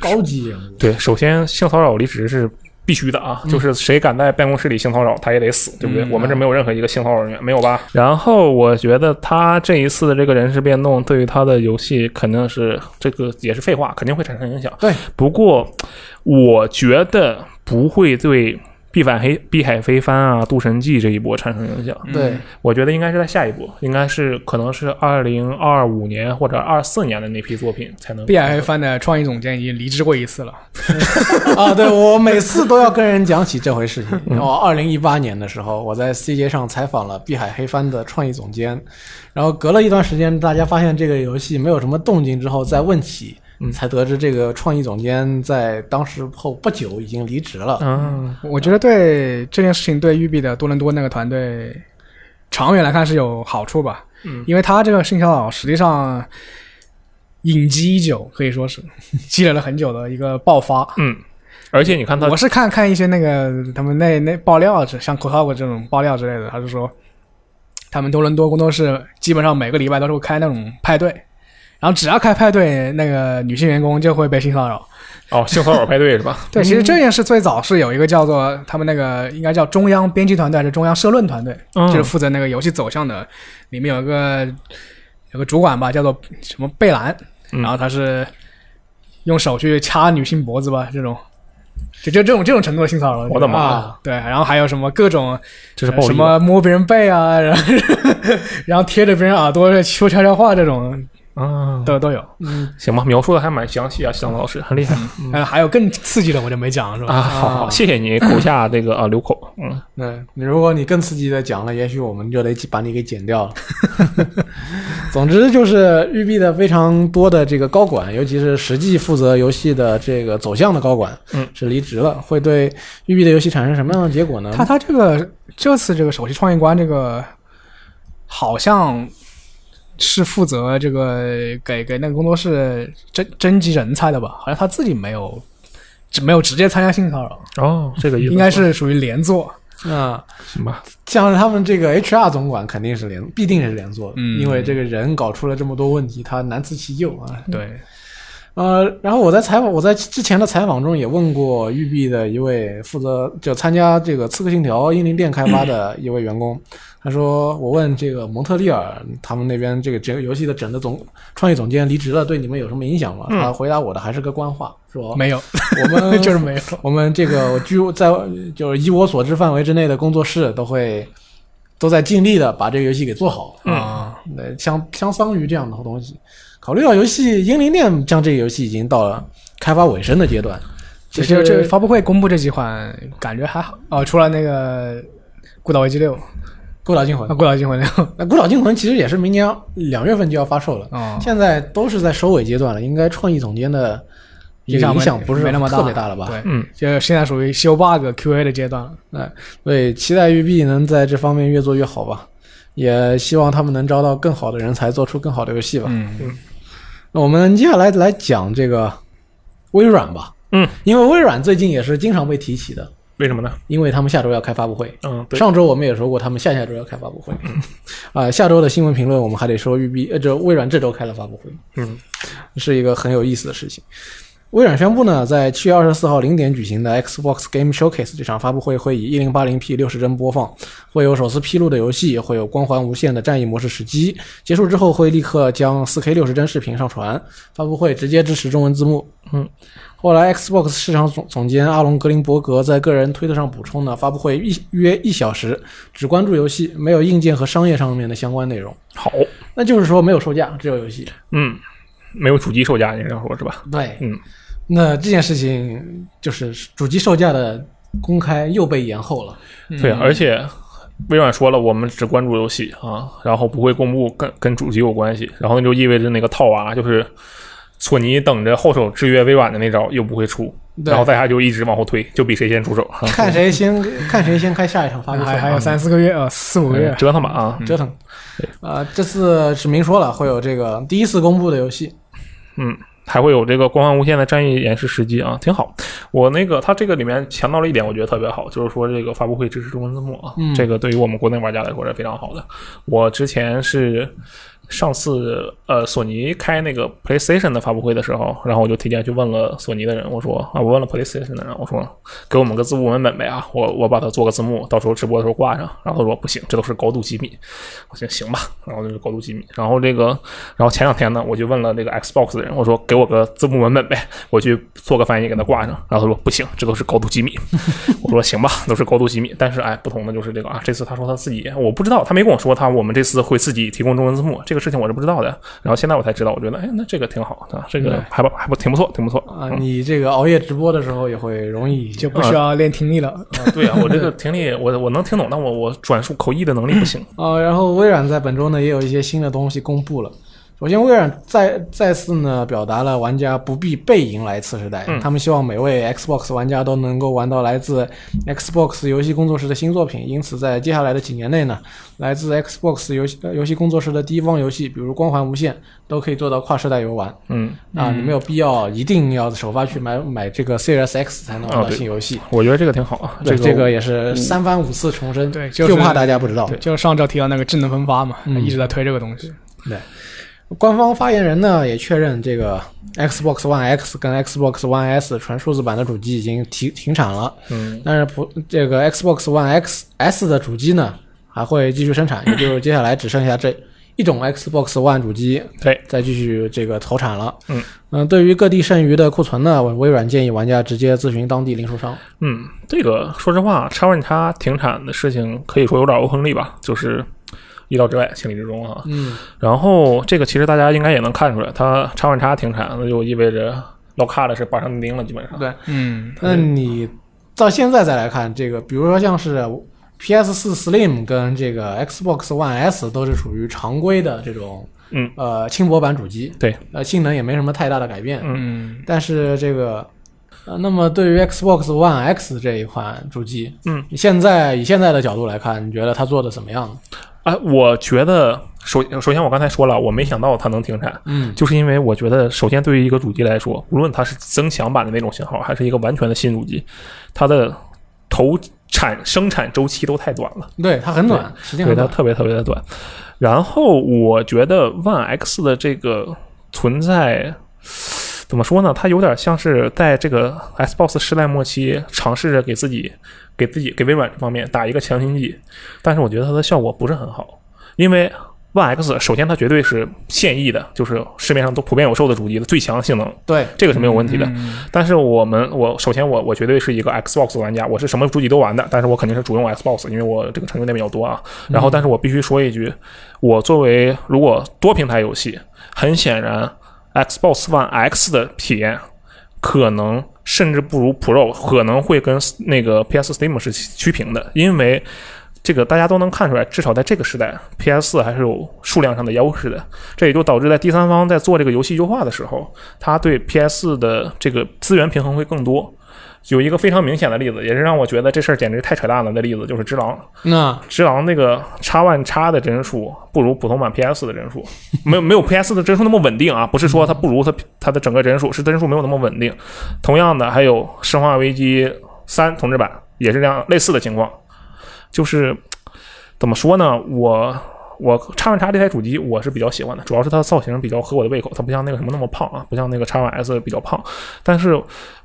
Speaker 1: 高级人物。
Speaker 3: 对，首先性骚扰离职是。必须的啊，就是谁敢在办公室里性骚扰，他也得死，对不对？我们这没有任何一个性骚扰人员，没有吧？嗯然后我觉得他这一次的这个人事变动，对于他的游戏肯定是这个也是废话，肯定会产生影响。
Speaker 1: 对，
Speaker 3: 不过，我觉得不会对《碧反黑》《碧海飞帆》啊，《渡神记》这一波产生影响。
Speaker 1: 对，
Speaker 3: 我觉得应该是在下一波，应该是可能是二零二五年或者二四年的那批作品才能。啊
Speaker 2: 碧海黑帆的创意总监已经离职过一次了。
Speaker 1: 啊，对我每次都要跟人讲起这回事情。我二零一八年的时候，我在 CJ 上采访了碧海黑帆的创意总监，然后隔了一段时间，大家发现这个游戏没有什么动静之后，再问起，才得知这个创意总监在当时后不久已经离职了。
Speaker 3: 嗯，
Speaker 2: 我觉得对这件事情对育碧的多伦多那个团队长远来看是有好处吧。
Speaker 3: 嗯，
Speaker 2: 因为他这个性骚扰实际上隐疾已久，可以说是积累了很久的一个爆发。
Speaker 3: 嗯而且你看他
Speaker 2: 我是看看一些那个他们那那爆料，啊像 c o t a 这种爆料之类的，他就说他们多伦多工作室基本上每个礼拜都是会开那种派对，然后只要开派对，那个女性员工就会被性骚扰。
Speaker 3: 哦，性骚扰派对是吧？
Speaker 2: 对，其实这件事最早是有一个叫做他们那个应该叫中央编辑团队还是中央社论团队，
Speaker 3: 嗯
Speaker 2: 就是负责那个游戏走向的，里面有一个有个主管吧，叫做什么贝兰，
Speaker 3: 嗯
Speaker 2: 然后他是用手去掐女性脖子吧，这种，就就这种这种程度的性骚扰。
Speaker 3: 我的妈
Speaker 1: 啊
Speaker 3: 呀，
Speaker 2: 对，然后还有什么各种呃
Speaker 3: 这是暴力
Speaker 2: 什么摸别人背啊，然后 (laughs) 然后贴着别人耳朵说悄悄话这种
Speaker 3: 啊？
Speaker 2: 都都有，
Speaker 3: 行吧，描述的还蛮详细啊，向老师很厉害
Speaker 2: 然呃后还有更刺激的我就没讲了是吧？
Speaker 3: 啊！好好，谢谢
Speaker 2: 嗯
Speaker 3: 你口下这个啊留口，嗯，
Speaker 1: 嗯，如果你更刺激的讲了，也许我们就得把你给剪掉了。 (laughs) 总之就是育碧的非常多的这个高管，尤其是实际负责游戏的这个走向的高管，
Speaker 3: 嗯，
Speaker 1: 是离职了，会对育碧的游戏产生什么样的结果呢？
Speaker 2: 他他这个这次这个首席创意官这个好像是负责这个给给那个工作室征征集人才的吧？好像他自己没有，只没有直接参加性骚扰，
Speaker 3: 哦，这个意思
Speaker 2: 应该是属于连坐。
Speaker 1: 那
Speaker 3: 行吧？
Speaker 1: 像是他们这个 HR 总管肯定是连，必定是连坐的，
Speaker 2: 嗯
Speaker 1: 因为这个人搞出了这么多问题，他难辞其咎啊。
Speaker 2: 对，
Speaker 1: 呃，然后我在采访，我在之前的采访中也问过育碧的一位负责就参加这个《刺客信条：英灵殿》开发的一位员工，他说：“我问这个蒙特利尔他们那边这个整个游戏的整个总创意总监离职了，对你们有什么影响吗？”
Speaker 3: 嗯
Speaker 1: 他回答我的还是个官话，说
Speaker 2: 没有，
Speaker 1: 我们
Speaker 2: (laughs) 就是没有。
Speaker 1: 我们这个据我在就是以我所知范围之内的工作室都会都在尽力的把这个游戏给做好。
Speaker 2: 啊、
Speaker 1: 呃，相相当于这样的东西。考虑到游戏《英灵殿》将这个游戏已经到了开发尾声的阶段，
Speaker 2: 其
Speaker 1: 其
Speaker 2: 实
Speaker 1: 实
Speaker 2: 这发布会公布这几款，感觉还好哦，除了那个《孤岛危机六》
Speaker 1: 孤岛惊魂
Speaker 2: 啊，《孤岛惊魂六》
Speaker 1: 那孤岛惊魂其实也是明年两月份就要发售了，
Speaker 2: 啊，
Speaker 1: 现在都是在收尾阶段了，应该创意总监的这个
Speaker 2: 响
Speaker 1: 影
Speaker 2: 没
Speaker 1: 响不是
Speaker 2: 没那么
Speaker 1: 特别大了吧？
Speaker 2: 对，
Speaker 3: 嗯，
Speaker 2: 就现在属于修 bug QA 的阶段了。
Speaker 1: 哎所以期待育碧能在这方面越做越好吧，也希望他们能招到更好的人才，做出更好的游戏吧。
Speaker 2: 嗯
Speaker 1: 那我们接下来来讲这个微软吧，
Speaker 3: 嗯，
Speaker 1: 因为微软最近也是经常被提起的，
Speaker 3: 为什么呢？
Speaker 1: 因为他们下周要开发布会。
Speaker 3: 嗯，对，嗯
Speaker 1: 上周我们也说过，他们下下周要开发布会。啊、下周的新闻评论我们还得说育碧，呃，这微软这周开了发布会，
Speaker 3: 嗯，
Speaker 1: 是一个很有意思的事情。微软宣布呢，在七月二十四号零点举行的 Xbox Game Showcase 这场发布会会以一零八零 P 六十帧播放，会有首次披露的游戏，会有光环无限的战役模式时机。结束之后会立刻将四 K 六十帧视频上传，发布会直接支持中文字幕。
Speaker 3: 嗯，
Speaker 1: 后来 Xbox 市场总总监阿隆格林伯格在个人推特上补充呢，发布会一约一小时，只关注游戏，没有硬件和商业上面的相关内容。
Speaker 3: 好，
Speaker 1: 那就是说没有售价，只有游戏。
Speaker 3: 嗯，没有主机售价，你这样说是吧？
Speaker 1: 对
Speaker 3: 嗯，
Speaker 1: 那这件事情就是主机售价的公开又被延后了。
Speaker 2: 嗯
Speaker 3: 对啊，而且微软说了，我们只关注游戏啊，然后不会公布跟跟主机有关系，然后那就意味着那个套娃、就是索尼等着后手制约微软的那招又不会出，
Speaker 1: 对
Speaker 3: 然后大家就一直往后推，就比谁先出手，啊
Speaker 1: 看谁先看谁先开下一场发布会，
Speaker 2: 还还有三四个月呃，四五个月
Speaker 3: 嗯，折腾吧啊，
Speaker 1: 折腾。呃，这次是明说了会有这个第一次公布的游戏，
Speaker 3: 嗯还会有这个《光环无限》的战役演示时机啊，挺好。我那个它这个里面强调了一点，我觉得特别好，就是说这个发布会支持中文字幕啊，
Speaker 1: 嗯
Speaker 3: 这个对于我们国内玩家来说是非常好的。我之前是上次呃索尼开那个 PlayStation 的发布会的时候，然后我就提前去问了索尼的人，我说啊，我问了 PlayStation 的人，我说给我们个字幕文本呗啊，我我把它做个字幕，到时候直播的时候挂上。然后他说不行，这都是高度机密。我说行吧，然后就是高度机密。然后这个，然后前两天呢，我就问了这个 Xbox 的人，我说给我个字幕文本呗，我去做个翻译给他挂上。然后他说不行，这都是高度机密。 (laughs) 我说行吧，都是高度机密。但是哎，不同的就是这个啊，这次他说他自己，我不知道，他没跟我说他我们这次会自己提供中文字幕，这个事情我是不知道的。然后现在我才知道，我觉得哎，那这个挺好啊，这
Speaker 1: 对
Speaker 3: 个还不还不挺不错，挺不错
Speaker 1: 啊，你这个熬夜直播的时候也会容易
Speaker 2: 就不需要练听力了。呃
Speaker 3: 啊对啊，我这个听力我我能听懂，但我我转述口译的能力不行。
Speaker 1: 呃，然后微软在本周呢也有一些新的东西公布了。首先，微软再再次呢表达了玩家不必背迎来次时代，
Speaker 3: 嗯
Speaker 1: 他们希望每位 Xbox 玩家都能够玩到来自 Xbox 游戏工作室的新作品。因此，在接下来的几年内呢，来自 Xbox 游戏、呃游戏工作室的第一方游戏，比如《光环无限》，都可以做到跨世代游玩。
Speaker 3: 嗯，
Speaker 1: 啊，你没有必要一定要首发去买买这个 Series X 才能玩
Speaker 3: 啊
Speaker 1: 到
Speaker 3: 对
Speaker 1: 新游戏。
Speaker 3: 我觉得这个挺好啊，
Speaker 1: 对
Speaker 3: 个
Speaker 1: 这个也是三番五次重申，
Speaker 2: 对就
Speaker 1: 就是怕大家不知道。
Speaker 2: 就上周提到那个智能分发嘛，
Speaker 1: 嗯
Speaker 2: 一直在推这个东西。
Speaker 1: 官方发言人呢也确认，这个 Xbox One X 跟 Xbox One S 纯数字版的主机已经停停产了，
Speaker 3: 嗯，
Speaker 1: 但是不，这个 Xbox One X S 的主机呢还会继续生产，也就是接下来只剩下这一种 Xbox One 主机
Speaker 3: 对，
Speaker 1: 再继续这个投产了。
Speaker 3: 嗯
Speaker 1: 对于各地剩余的库存呢，微微软建议玩家直接咨询当地零售商。
Speaker 3: 嗯，这个说实话，叉 One 叉停产的事情可以说有点欧亨利吧，就是意料之外，情理之中啊。
Speaker 1: 嗯，
Speaker 3: 然后这个其实大家应该也能看出来，它叉 One 叉停产，那就意味着老卡的是板上钉钉了，基本上。
Speaker 1: 对
Speaker 2: 嗯，
Speaker 1: 那你到现在再来看这个，比如说像是 PS 四 Slim 跟这个 Xbox One S 都是属于常规的这种，
Speaker 3: 嗯，
Speaker 1: 呃，轻薄版主机，
Speaker 3: 对，
Speaker 1: 呃，性能也没什么太大的改变。
Speaker 3: 嗯
Speaker 2: 嗯，
Speaker 1: 但是这个，呃，那么对于 Xbox One X 这一款主机，
Speaker 3: 嗯，
Speaker 1: 现在以现在的角度来看，你觉得它做的怎么样？
Speaker 3: 哎，我觉得首首先我刚才说了，我没想到它能停产，
Speaker 1: 嗯，
Speaker 3: 就是因为我觉得，首先对于一个主机来说，无论它是增强版的那种型号，还是一个完全的新主机，它的投产生产周期都太短了，
Speaker 1: 对，它很短，时间
Speaker 3: 对
Speaker 1: 很
Speaker 3: 它
Speaker 1: 短。
Speaker 3: 特别特别的短。然后我觉得 One X 的这个存在。怎么说呢？它有点像是在这个 Xbox 时代末期尝试着给自己、给自己、给微软这方面打一个强心剂，但是我觉得它的效果不是很好，因为 One X 首先它绝对是现役的，就是市面上都普遍有售的主机的最强性能，
Speaker 1: 对，
Speaker 3: 这个是没有问题的。
Speaker 2: 嗯
Speaker 3: 但是我们，我首先我我绝对是一个 Xbox 玩家，我是什么主机都玩的，但是我肯定是主用 Xbox，因为我这个成就那比较多啊。然后，但是我必须说一句，我作为如果多平台游戏，很显然 Xbox One X 的体验可能甚至不如 Pro，可能会跟那个 PS Steam 是趋平的，因为。这个大家都能看出来，至少在这个时代，PS 4还是有数量上的优势的。这也就导致在第三方在做这个游戏优化的时候，它对 PS 的这个资源平衡会更多。有一个非常明显的例子，也是让我觉得这事儿简直太扯淡了的例子，就是《只狼》。
Speaker 1: 那
Speaker 3: 《只狼》那个 X One X 的帧数不如普通版 PS 的帧数，没有没有 PS 的帧数那么稳定啊，不是说它不如它它的整个帧数，是帧数没有那么稳定。同样的，还有《生化危机三》同志版也是这样类似的情况，就是怎么说呢，我。我 X One X 这台主机我是比较喜欢的，主要是它的造型比较合我的胃口，它不像那个什么那么胖啊，不像那个 X One S 比较胖。但是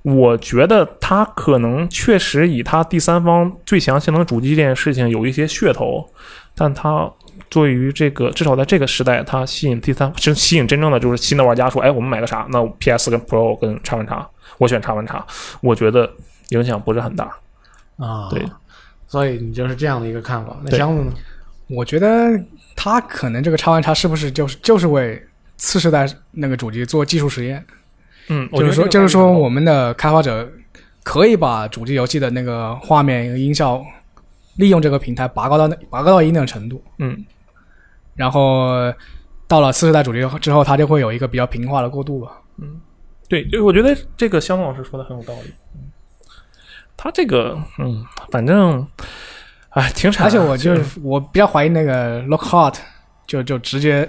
Speaker 3: 我觉得它可能确实以它第三方最强性能主机这件事情有一些噱头，但它对于这个至少在这个时代，它吸引第三真吸引真正的就是新的玩家说，哎，我们买个啥？那 PS 跟 Pro 跟叉 One 叉，我选叉 One 叉，我觉得影响不是很大。
Speaker 1: 啊，
Speaker 3: 对，
Speaker 1: 所以你就是这样的一个看法。那
Speaker 3: 对
Speaker 1: 箱子呢？
Speaker 2: 我觉得他可能这个叉 One 叉是不是就是就是为次世代那个主机做技术实验？
Speaker 3: 嗯，我
Speaker 2: 就
Speaker 3: 觉得
Speaker 2: 是说，
Speaker 3: 这个
Speaker 2: 就是说，
Speaker 3: 概念
Speaker 2: 我们的开发者可以把主机游戏的那个画面、音效，利用这个平台拔高到那拔高到一定的程度，
Speaker 3: 嗯
Speaker 2: 然后到了次世代主机之后，它就会有一个比较平滑的过渡吧。
Speaker 3: 对，对，我觉得这个香老师说的很有道理。嗯他这个嗯，反正哎，挺惨。
Speaker 2: (laughs) 而且
Speaker 3: (laughs)
Speaker 2: 我就是我比较怀疑那个 Lockhart，就就直接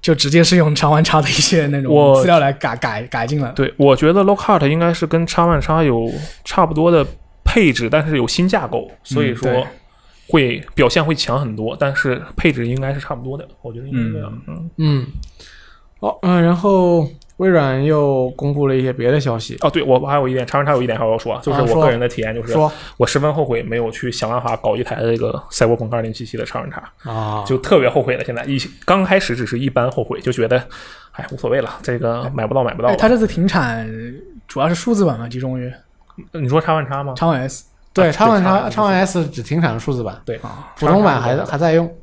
Speaker 2: 就直接是用长玩叉的一些那种
Speaker 3: 我
Speaker 2: 资料来改改改进了。
Speaker 3: 对，我觉得 Lockhart 应该是跟叉万叉有差不多的配置，但是有新架构，所以
Speaker 2: 对
Speaker 3: 说会表现会强很多，但是配置应该是差不多的，我觉得应该是这样。嗯，
Speaker 1: 嗯，好，嗯、然后微软又公布了一些别的消息，
Speaker 3: 哦，对，我还有一点，叉万叉有一点还要说，就是
Speaker 1: 啊
Speaker 3: 我
Speaker 1: 说
Speaker 3: 个人的体验就是，
Speaker 1: 说
Speaker 3: 我十分后悔没有去想办法搞一台这个赛博朋克二零七七的叉万叉。
Speaker 1: 啊，
Speaker 3: 就特别后悔了。现在一刚开始只是一般后悔，就觉得，哎，无所谓了，这个买不到买不到
Speaker 2: 哎，
Speaker 3: 了。
Speaker 2: 它这次停产主要是数字版嘛，集中于
Speaker 3: 你说叉万叉吗？
Speaker 2: 长玩 S。
Speaker 1: 对，
Speaker 3: 啊
Speaker 1: 叉 One
Speaker 3: 对
Speaker 1: 叉
Speaker 3: 叉
Speaker 1: 叉 One S 只停产了数字版，
Speaker 3: 对，
Speaker 1: 普通版
Speaker 3: 叉 One
Speaker 1: 还
Speaker 3: 叉
Speaker 1: 还在用，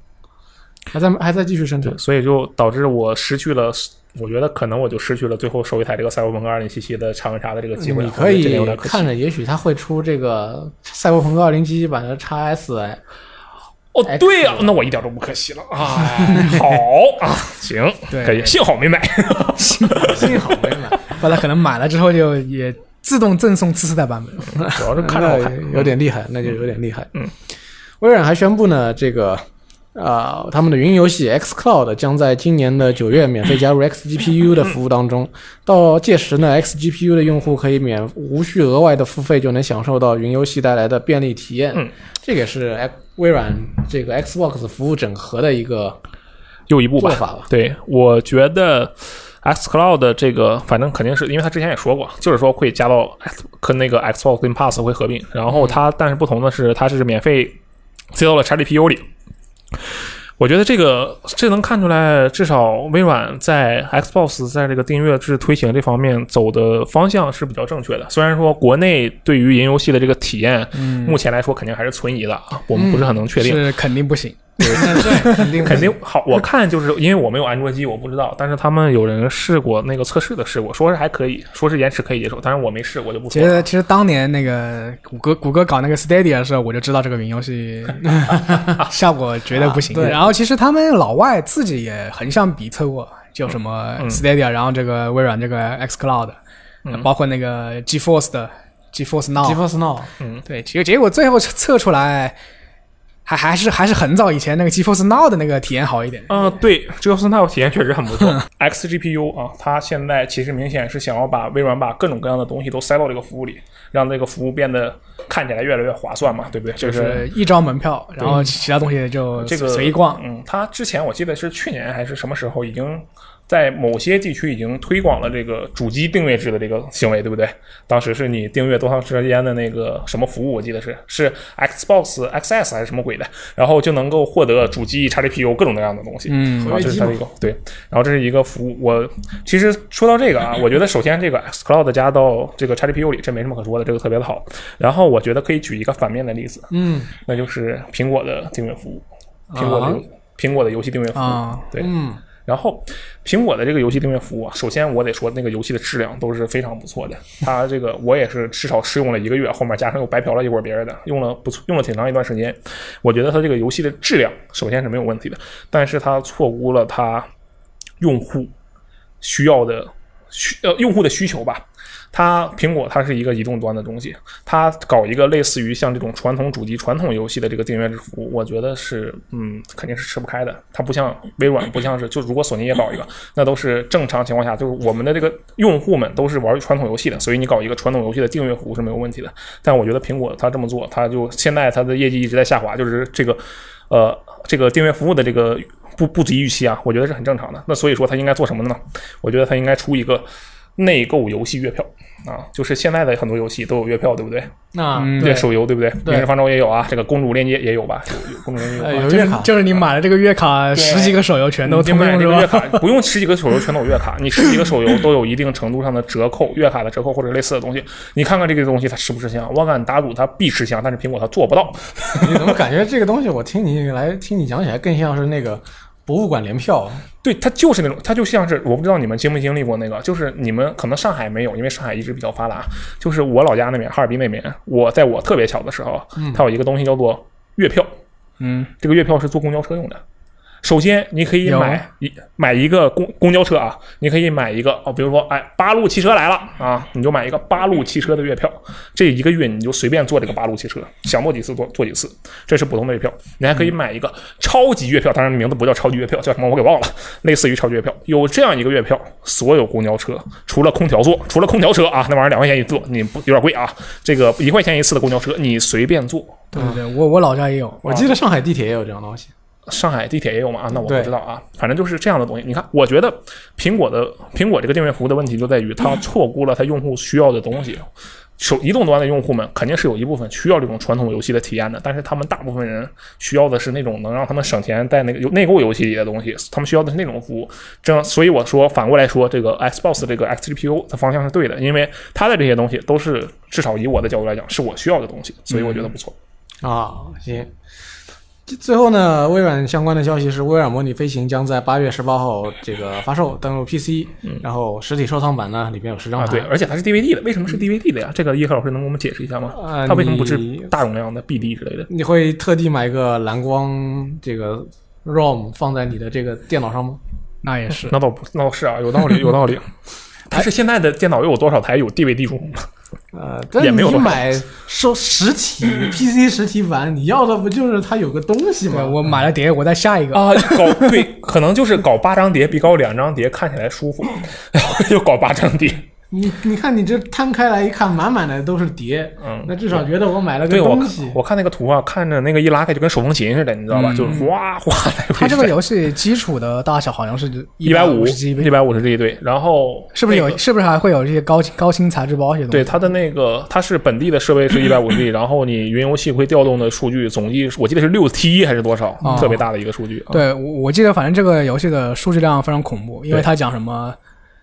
Speaker 1: 还在还在继续生产
Speaker 3: 对，。所以就导致我失去了，我觉得可能我就失去了最后收一台这个赛博朋克二零七七的叉万叉的这个机会
Speaker 1: 嗯
Speaker 3: 了。
Speaker 1: 你可以
Speaker 3: 我觉得这个有点可惜
Speaker 1: 看着，也许它会出这个《赛博朋克2077》版的 x S 哎，
Speaker 3: 哦，
Speaker 1: X
Speaker 3: 对呀、那我一点都不可惜了
Speaker 1: (laughs)
Speaker 3: 啊、好啊，行，
Speaker 2: 对
Speaker 3: 可以，幸好没
Speaker 1: (laughs)
Speaker 3: 买。
Speaker 1: 幸好没买，
Speaker 2: 不然可能买了之后就也自动赠送次世代版本。
Speaker 3: 主要是看着好看，
Speaker 1: 那有点厉害，那就有点厉害。
Speaker 3: 嗯，
Speaker 1: 微软还宣布呢，这个啊、他们的云游戏 xCloud 将在今年的九月免费加入 xGPU
Speaker 3: 嗯
Speaker 1: 的服务当中。到届时呢，xGPU 的用户可以免无需额外的付费就能享受到云游戏带来的便利体验。
Speaker 3: 嗯，
Speaker 1: 这个也是 X- 微软这个 Xbox 服务整合的一个
Speaker 3: 又一步吧
Speaker 1: 做。法吧。
Speaker 3: 对，我觉得 xCloud 这个，反正肯定是因为他之前也说过，就是说会加到 X 跟那个 Xbox Game Pass 会合并。然后它，但是不同的是，它是免费塞到了 XGPU 里。我觉得这个这能看出来，至少微软在 Xbox 在这个订阅制推行这方面走的方向是比较正确的。虽然说国内对于云游戏的这个体验，目前来说肯定还是存疑的啊，我们不是很能确定。
Speaker 2: 是肯定不行。
Speaker 1: 对，肯定
Speaker 3: (laughs) 肯定好。我看就是因为我没有安卓机，我不知道。但是他们有人试过那个测试的试过，说是还可以，说是延迟可以接受，但是我没试，我就不
Speaker 2: 其
Speaker 3: 说了。
Speaker 2: 实其实当年那个谷歌谷歌搞那个 Stadia 的时候，我就知道这个云游戏 (laughs) 效果绝对不行。
Speaker 1: 啊对
Speaker 2: 然后其实他们老外自己也横向比测过，就什么嗯 Stadia，、然后这个微软这个 xCloud，、
Speaker 3: 嗯
Speaker 2: 包括那个
Speaker 3: 啊
Speaker 2: GeForce 的 GeForce Now，
Speaker 1: GeForce Now
Speaker 2: 对，结结果最后测出来还还是还是很早以前那个 GeForce Now 的那个体验好一点。
Speaker 3: 嗯，对，这个生态体验确实很不 (laughs) 错。XGPU 啊，它现在其实明显是想要把微软把各种各样的东西都塞到这个服务里，让这个服务变得看起来越来越划算嘛，对不对？
Speaker 2: 就
Speaker 3: 就是
Speaker 2: 一张门票，然后其其他东西就
Speaker 3: 这个
Speaker 2: 随意逛。
Speaker 3: 嗯，它之前我记得是去年还是什么时候已经。在某些地区已经推广了这个主机订阅制的这个行为，对不对？当时是你订阅多长时间的那个什么服务，我记得是是 Xbox XS 还是什么鬼的，然后就能够获得主机、XGPU 各种各样的东西。
Speaker 2: 嗯
Speaker 3: 啊，这是它的一个对，然后这是一个服务。我其实说到这个啊，我觉得首先这个 xCloud 加到这个 XGPU 里，这没什么可说的，这个特别的好。然后我觉得可以举一个反面的例子，
Speaker 1: 嗯
Speaker 3: 那就是苹果的订阅服务，苹果的、
Speaker 2: 啊
Speaker 3: 游苹果的游戏订阅服务。
Speaker 2: 啊
Speaker 3: 对，
Speaker 1: 嗯，
Speaker 3: 然后苹果的这个游戏订阅服务啊，首先我得说那个游戏的质量都是非常不错的。它这个我也是至少试用了一个月，后面加上又白嫖了一会儿别人的，用了不错，用了挺长一段时间。我觉得它这个游戏的质量首先是没有问题的，但是它错估了它用户需要的需呃用户的需求吧。它苹果它是一个移动端的东西，它搞一个类似于像这种传统主机、传统游戏的这个订阅制服务，我觉得是嗯肯定是吃不开的。它不像微软，不像是就如果索尼也搞一个，那都是正常情况下就是我们的这个用户们都是玩传统游戏的，所以你搞一个传统游戏的订阅服务是没有问题的。但我觉得苹果它这么做，它就现在它的业绩一直在下滑，就是这个呃这个订阅服务的这个不不及预期啊，我觉得是很正常的。那所以说它应该做什么呢？我觉得它应该出一个内购游戏月票啊，就是现在的很多游戏都有月票，对不对？
Speaker 1: 那
Speaker 2: 嗯
Speaker 1: 对，
Speaker 3: 手游对不对？
Speaker 1: 对
Speaker 3: 明日方舟也有啊，这个公主链接也有吧？有有公主链接有吧。啊
Speaker 1: 哎有
Speaker 2: 就
Speaker 1: 月
Speaker 2: 是
Speaker 1: 卡，
Speaker 2: 就是你买了这个月卡，十几个手游全都
Speaker 3: 你就
Speaker 2: 通
Speaker 3: 买
Speaker 2: 用
Speaker 3: 这
Speaker 2: 是
Speaker 3: 个
Speaker 2: 吧
Speaker 3: 月？卡，不用十几个手游全都有月卡，你十几个手游都有一定程度上的折扣，月卡的折扣或者类似的东西。你看看这个东西它吃不吃香？我敢打赌它必吃香，但是苹果它做不到。
Speaker 1: 你怎么感觉这个东西我听你来听你讲起来更像是那个博物馆联票？
Speaker 3: 对，它就是那种，它就像是我不知道你们经没经历过那个，就是你们可能上海没有，因为上海一直比较发达。就是我老家那边，哈尔滨那边，我在我特别小的时候，它有一个东西叫做月票，
Speaker 2: 嗯，
Speaker 3: 这个月票是坐公交车用的。首先，你可以
Speaker 2: 有啊
Speaker 3: 买一买一个公公交车啊，你可以买一个哦，比如说，哎，八路汽车来了啊，你就买一个八路汽车的月票，这一个月你就随便坐这个八路汽车，想坐几次坐坐几次，这是普通的月票。你还可以买一个超级月票，当然名字不叫超级月票，叫什么我给忘了，类似于超级月票。有这样一个月票，所有公交车除了空调座，除了空调车啊，那玩意儿两块钱一坐，你不有点贵啊？这个一块钱一次的公交车，你随便坐，
Speaker 2: 对对对，我我老家也有，
Speaker 1: 我记得上海地铁也有这种东西。
Speaker 3: 上海地铁也有嘛？啊那我不
Speaker 1: 对
Speaker 3: 知道啊，反正就是这样的东西。你看，我觉得苹果的苹果这个订阅服务的问题就在于它错估了它用户需要的东西。手移动端的用户们肯定是有一部分需要这种传统游戏的体验的，但是他们大部分人需要的是那种能让他们省钱在那个有内购游戏里的东西，他们需要的是那种服务。这样，所以我说反过来说，这个 Xbox 这个 XGPU 的方向是对的，因为它的这些东西都是至少以我的角度来讲是我需要的东西，所以我觉得不错。
Speaker 1: 啊，行。最后呢，微软相关的消息是，微软模拟飞行将在八月十八号这个发售，登陆 PC，、然后实体收藏版呢里面有十张
Speaker 3: 嗯啊，
Speaker 1: 盘。
Speaker 3: 对，而且它是 DVD 的，为什么是 DVD 的呀？这个叶克老师能给我们解释一下吗？
Speaker 1: 啊
Speaker 3: 它为什么不是
Speaker 1: 你
Speaker 3: 大容量的 BD 之类的？
Speaker 1: 你会特地买一个蓝光这个 ROM 放在你的这个电脑上吗？
Speaker 2: 那
Speaker 3: (laughs)
Speaker 2: 也是。
Speaker 3: 那倒不，那倒是啊，有道理，有道理。但是现在的电脑又有多少台有 DVD 入吗？
Speaker 1: 呃，但
Speaker 3: 也没有
Speaker 1: 你
Speaker 3: 多少
Speaker 1: 买收实
Speaker 3: (laughs)
Speaker 1: 体 PC 实体版，你要的不就是它有个东西
Speaker 3: 嗯
Speaker 2: 对，
Speaker 1: 吗？
Speaker 2: 我买了碟，我再下一个。
Speaker 3: 啊， (laughs) 搞对，可能就是搞八张碟比搞两张碟看起来舒服，然后又搞八张碟。
Speaker 1: 你你看你这摊开来一看，满满的都是碟，
Speaker 3: 嗯
Speaker 1: 那至少觉得我买了个
Speaker 3: 对我
Speaker 1: 东
Speaker 3: 看
Speaker 1: 西。
Speaker 3: 我看那个图啊，看着那个一拉开就跟手风琴似的，你知道吧？就是哗哗来回
Speaker 2: 它这个
Speaker 3: 甩
Speaker 2: 游戏基础的大小好像是
Speaker 3: 一百五
Speaker 2: 十 GB，
Speaker 3: 一百五十这一对，然后
Speaker 2: 是不是
Speaker 3: 那个
Speaker 2: 有？是不是还会有这些高清高清材质包这些东
Speaker 3: 对
Speaker 2: 西？
Speaker 3: 它的那个，它是本地的设备
Speaker 2: (coughs)
Speaker 3: 是一百五十 G，然后你云游戏会调动的数据总计，我记得是六 T 还是多少，
Speaker 2: 哦
Speaker 3: 特别大的一个数据。啊，
Speaker 2: 对，我我记得，反正这个游戏的数据量非常恐怖，因为
Speaker 3: 对
Speaker 2: 它讲什么，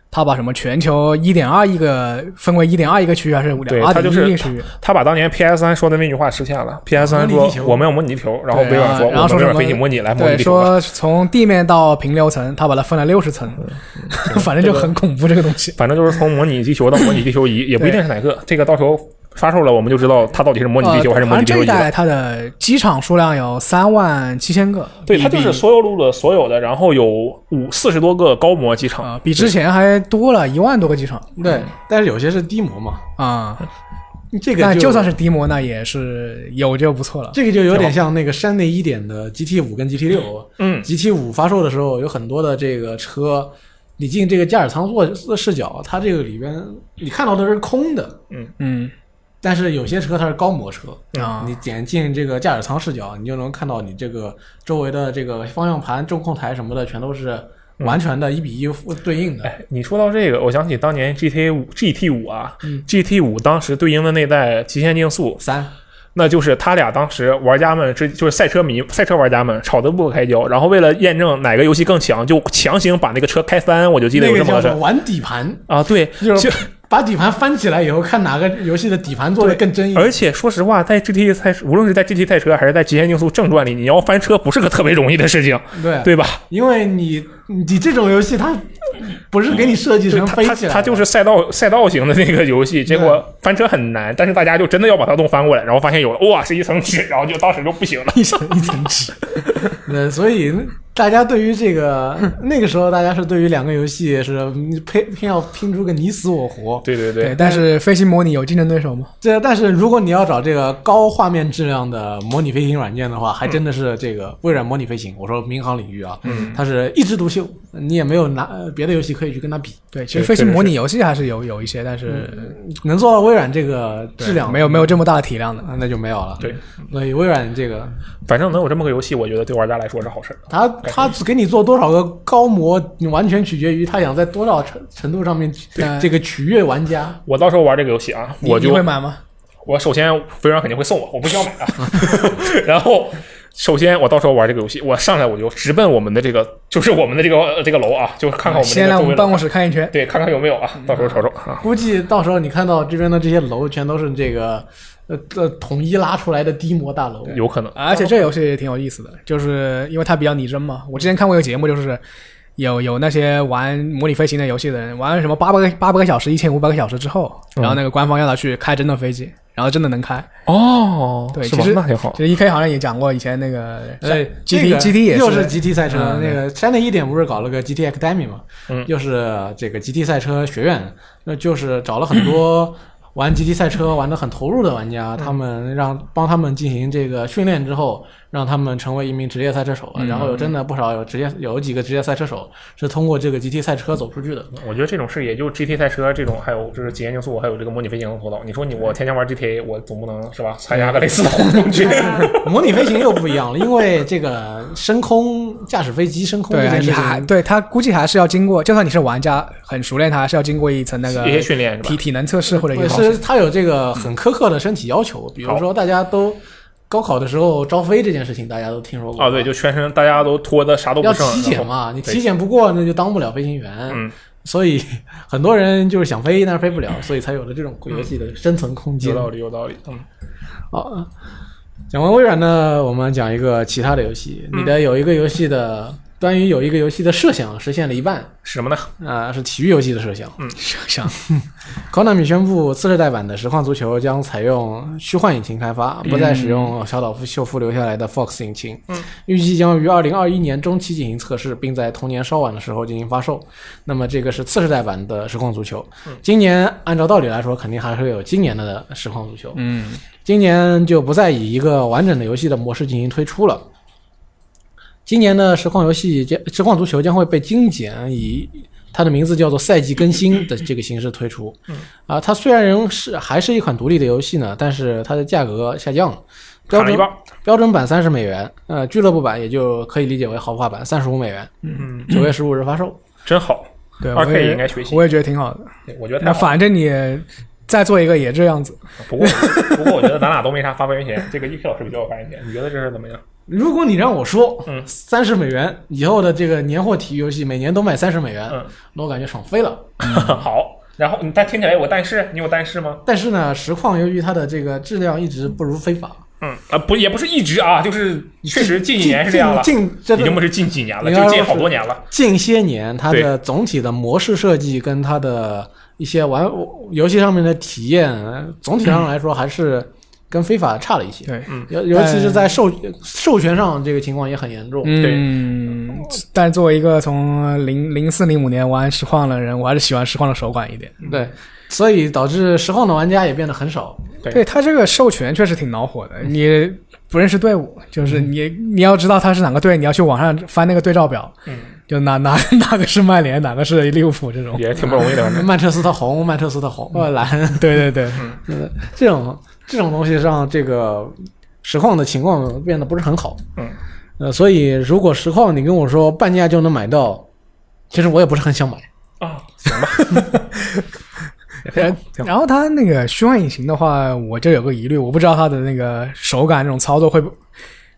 Speaker 2: 它把什么全球一点二亿个分为一点二亿个区域还是五
Speaker 3: 对
Speaker 2: 点二
Speaker 3: 它就
Speaker 2: 点
Speaker 3: 是
Speaker 2: 一亿区域，
Speaker 3: 他把当年 PS 三说的那句话实现了。PS
Speaker 2: 哦
Speaker 1: 模
Speaker 3: 三
Speaker 1: 拟
Speaker 3: 说
Speaker 1: 地球
Speaker 3: 我们要模拟地球，然后微
Speaker 2: 对啊
Speaker 3: 软说
Speaker 2: 然后
Speaker 3: 我们
Speaker 2: 说
Speaker 3: 微
Speaker 2: 什
Speaker 3: 软
Speaker 2: 么
Speaker 3: 飞行模拟来模拟
Speaker 2: 对，
Speaker 3: 地球吧。嗯
Speaker 2: 说从地面到平流层，它把它分了六十层， (laughs) 反正就很恐怖这个东西。
Speaker 3: 反正就是从模拟地球到模拟地球仪，也不一
Speaker 2: (coughs)
Speaker 3: 定是哪个。这个到时候发售了，我们就知道它到底是模拟地球还是模拟地
Speaker 2: 呃反正这
Speaker 3: 球
Speaker 2: 一
Speaker 3: 仪了。
Speaker 2: 代它的机场数量有三万七千个，
Speaker 3: 对，
Speaker 2: 比
Speaker 3: 它就是
Speaker 2: 比
Speaker 3: 所有路的所有的，然后有五四十多个高模机场。嗯
Speaker 2: 啊呃比之前还多了一万多个机场
Speaker 1: 对，但是有些是低模嘛，
Speaker 2: 啊。
Speaker 1: 这个
Speaker 2: 但就算是低模，那也是有就不错
Speaker 3: 啊
Speaker 2: 了。
Speaker 1: 这个就有点像那个山内一点的 GT 五跟 GT 六
Speaker 3: 嗯，
Speaker 1: ，GT 五发售的时候有很多的这个车，你进这个驾驶舱座的视角，它这个里边你看到的是空的，
Speaker 2: 嗯
Speaker 1: 但是有些车它是高模车，
Speaker 2: 啊，
Speaker 1: 你点进这个驾驶舱视角，你就能看到你这个周围的这个方向盘、中控台什么的，全都是完全的一比一对应的。
Speaker 3: 哎，你说到这个，我想起当年 GTA 五 GT 五啊、
Speaker 1: 嗯
Speaker 3: g t 五当时对应的那代极限竞速，
Speaker 1: 三，
Speaker 3: 那就是他俩当时玩家们之就是赛车迷、赛车玩家们吵得不可开交，然后为了验证哪个游戏更强，就强行把那个车开翻，我就记得
Speaker 1: 那个
Speaker 3: 有这么
Speaker 1: 叫
Speaker 3: 个事
Speaker 1: 什
Speaker 3: 儿
Speaker 1: 么玩底盘，
Speaker 3: 啊，对，
Speaker 1: 就是
Speaker 3: 就
Speaker 1: 把底盘翻起来以后，看哪个游戏的底盘做的更真一点。
Speaker 3: 而且说实话，在 GT 赛，无论是在 GT 赛车还是在《极限竞速正传》里，你要翻车不是个特别容易的事情，
Speaker 1: 对，
Speaker 3: 对吧？
Speaker 1: 因为你你这种游戏它不是给你设计
Speaker 3: 就
Speaker 1: 成
Speaker 3: 它
Speaker 1: 飞
Speaker 3: 它
Speaker 1: 起来的，
Speaker 3: 它就是赛道赛道型的那个游戏，结果翻车很难，但是大家就真的要把它弄翻过来，然后发现有了哇是一层纸，然后就当时就不行了。
Speaker 2: 一层一层纸。
Speaker 1: 呃，所以大家对于这个 (laughs) 那个时候，大家是对于两个游戏是嗯偏偏要拼出个你死我活。
Speaker 3: 对对
Speaker 2: 对，
Speaker 3: 对，
Speaker 2: 但是飞行模拟有竞争对手吗？
Speaker 1: 这但是如果你要找这个高画面质量的模拟飞行软件的话，还真的是这个微软模拟飞行。我说民航领域啊，
Speaker 3: 嗯，
Speaker 1: 它是一枝独秀，你也没有拿呃别的游戏可以去跟它比，
Speaker 2: 对，其实
Speaker 3: 对
Speaker 2: 飞
Speaker 3: 确
Speaker 2: 行
Speaker 3: 实嗯
Speaker 2: 模拟游戏还是有有一些，但是
Speaker 1: 能做到微软这个
Speaker 2: 对
Speaker 1: 质量
Speaker 2: 没有没有这么大的体量的。
Speaker 1: 啊，那就没有了。
Speaker 3: 对，
Speaker 1: 所以微软这个
Speaker 3: 反正能有这么个游戏，我觉得对玩家来说是好事儿。
Speaker 1: 他他给你做多少个高模，你完全取决于他想在多少程程度上面取
Speaker 2: 对
Speaker 1: 这个取悦玩家。
Speaker 3: 我到时候玩这个游戏啊，
Speaker 2: 你
Speaker 3: 我
Speaker 2: 你
Speaker 3: 就
Speaker 2: 会买吗？
Speaker 3: 我首先微软肯定会送我，我不需要买啊。 (laughs) 然后首先我到时候玩这个游戏，我上来我就直奔我们的这个，就是我们的这个呃这个楼啊，就看看我们这
Speaker 2: 先
Speaker 3: 个
Speaker 2: 来
Speaker 3: 周围
Speaker 2: 我们
Speaker 3: 楼
Speaker 2: 办公室看一圈。
Speaker 3: 对，看看有没有啊，到时候瞅瞅啊。
Speaker 1: 估计到时候你看到这边的这些楼，全都是这个呃呃统一拉出来的低模大楼。
Speaker 3: 有可能，
Speaker 2: (laughs) 而且这游戏也挺有意思的，就是因为它比较拟真嘛。我之前看过一个节目，就是有有那些玩模拟飞行的游戏的人，玩什么八百个八百个小时、一千五百个小时之后，
Speaker 3: 嗯
Speaker 2: 然后那个官方要他去开真的飞机，然后真的能开。
Speaker 3: 哦
Speaker 2: 对
Speaker 3: 是
Speaker 2: 其
Speaker 3: 吧？
Speaker 2: 实
Speaker 3: 那挺好
Speaker 2: 其。实 E K 好像也讲过以前那个
Speaker 1: 呃
Speaker 3: 哎
Speaker 2: G
Speaker 1: 这
Speaker 2: T
Speaker 1: 个
Speaker 2: 哎 G T 也
Speaker 1: 又是 GT 赛车，
Speaker 2: 嗯
Speaker 1: 那个 China 一点不是搞了个 GT Academy 嘛，
Speaker 3: 嗯
Speaker 1: 又是这个 GT 赛车学院，那就是找了很
Speaker 2: 嗯
Speaker 1: 多玩 GT 赛车玩的很投入的玩家，他们让帮他们进行这个训练之后，让他们成为一名职业赛车手，啊
Speaker 2: 嗯
Speaker 1: 然后有真的不少有职业有几个职业赛车手是通过这个 GT 赛车走出去
Speaker 2: (laughs)
Speaker 1: 的。
Speaker 3: 我觉得这种事也就 GT 赛车这种，还有就是极限竞速，还有这个模拟飞行能做到。你说你我天天玩 GTA，我总不能是吧？参加个类似的活动去？ (laughs)
Speaker 1: 模拟飞行又不一样了，因为这个升空驾驶飞机升空这
Speaker 2: 对，
Speaker 1: 件
Speaker 2: 你
Speaker 1: 事
Speaker 2: 还
Speaker 1: 情，
Speaker 2: 对他估计还是要经过，就算你是玩家很熟练，他还是要经过一层那个
Speaker 3: 一些训练是
Speaker 2: 体
Speaker 3: 吧？
Speaker 2: 体能测试或者一
Speaker 1: 也
Speaker 2: 个考试。
Speaker 1: 是它有这个很苛刻的身体要求，比如说大家都高考的时候招飞这件事情，大家都听说过
Speaker 3: 啊，对，就全身大家都脱的啥都不
Speaker 1: 要
Speaker 3: 剩。
Speaker 1: 体
Speaker 3: 然
Speaker 1: 检
Speaker 3: 后
Speaker 1: 嘛，你
Speaker 3: 对
Speaker 1: 体检不过那就当不了飞行员，
Speaker 3: 嗯，
Speaker 1: 所以很多人就是想飞但是飞不了，所以才有了这种游戏的生存空间
Speaker 3: 有。道理，有道理。嗯，
Speaker 1: 好，嗯讲完微软呢，我们讲一个其他的游戏，你的有一个游戏的。关于有一个游戏的设想实现了一半，
Speaker 3: 是什么呢？
Speaker 1: 啊、是体育游戏的设想。
Speaker 2: 想
Speaker 1: Konami 宣布，次世代版的《实况足球》将采用虚幻引擎开发，不再使用小岛秀夫留下来的 Fox 引擎。
Speaker 3: 嗯
Speaker 1: 预计将于二零二一年中期进行测试，并在同年稍晚的时候进行发售。那么，这个是次世代版的《实况足球》
Speaker 3: 嗯
Speaker 1: 今年按照道理来说，肯定还会有今年的《实况足球》。
Speaker 2: 嗯，
Speaker 1: 今年就不再以一个完整的游戏的模式进行推出了。今年的实况游戏将实况足球将会被精简，以它的名字叫做赛季更新的这个形式推出。
Speaker 3: 嗯
Speaker 1: 啊，它虽然仍是还是一款独立的游戏呢，但是它的价格下降了，标
Speaker 3: 砍了一
Speaker 1: 准
Speaker 3: 半。
Speaker 1: 标准版三十美元，呃，俱乐部版也就可以理解为豪华版三十五美元，
Speaker 3: 嗯，
Speaker 1: 九月十五日发售。
Speaker 3: 真好。(laughs)
Speaker 2: 对，
Speaker 3: 二
Speaker 2: 我
Speaker 3: K 也应该学习
Speaker 2: 我也觉得挺好的。
Speaker 3: 我觉得太
Speaker 2: 那
Speaker 3: 好了。
Speaker 2: 反正你再做一个也这样子，
Speaker 3: 不过，不过我觉得咱俩都没啥发言权，这个 E K 老师比较有发言权。你觉得这是怎么样？ (laughs)
Speaker 1: 如果你让我说，
Speaker 3: 嗯
Speaker 1: 三十美元以后的这个年货体育游戏每年都卖三十美元，
Speaker 3: 嗯
Speaker 1: 那我感觉爽飞了。
Speaker 3: 好。然后，你但听起来有个但是，你有但是吗？
Speaker 1: 但是呢，实况由于它的这个质量一直不如非法，
Speaker 3: 嗯啊，不，也不是一直啊，就是确实近几年是这样了，
Speaker 1: 近近
Speaker 3: 已经
Speaker 1: 近
Speaker 3: 不是近几年了，
Speaker 1: 你要
Speaker 3: 就近
Speaker 1: 是
Speaker 3: 好多年了。
Speaker 1: 近些年，它的总体的模式设计跟它的一些玩游戏上面的体验，总体上来说还是跟非法差了一些。嗯
Speaker 2: 对，
Speaker 1: 尤尤其是在授授权上，这个情况也很严重。
Speaker 2: 嗯，但作为一个从零零四零五年玩实况的人，我还是喜欢实况的手感一点。
Speaker 1: 对，所以导致实况的玩家也变得很少。
Speaker 2: 对他这个授权确实挺恼火的，你不认识队伍，就是你你要知道他是哪个队，你要去网上翻那个对照表，
Speaker 3: 嗯
Speaker 2: 就哪 (laughs) 哪哪个是曼联，哪个是利物浦这种。
Speaker 3: 也挺不容易的，反正
Speaker 1: 曼彻斯特红，曼彻斯特红，呃蓝， (laughs)
Speaker 2: 对对对，
Speaker 1: 这种这种东西让这个实况的情况变得不是很好。
Speaker 3: 嗯，
Speaker 1: 呃，所以如果实况你跟我说半价就能买到，其实我也不是很想买。
Speaker 3: 啊，行吧，也挺好挺好
Speaker 2: 然后它那个虚幻引擎的话，我就有个疑虑，我不知道它的那个手感这种操作会不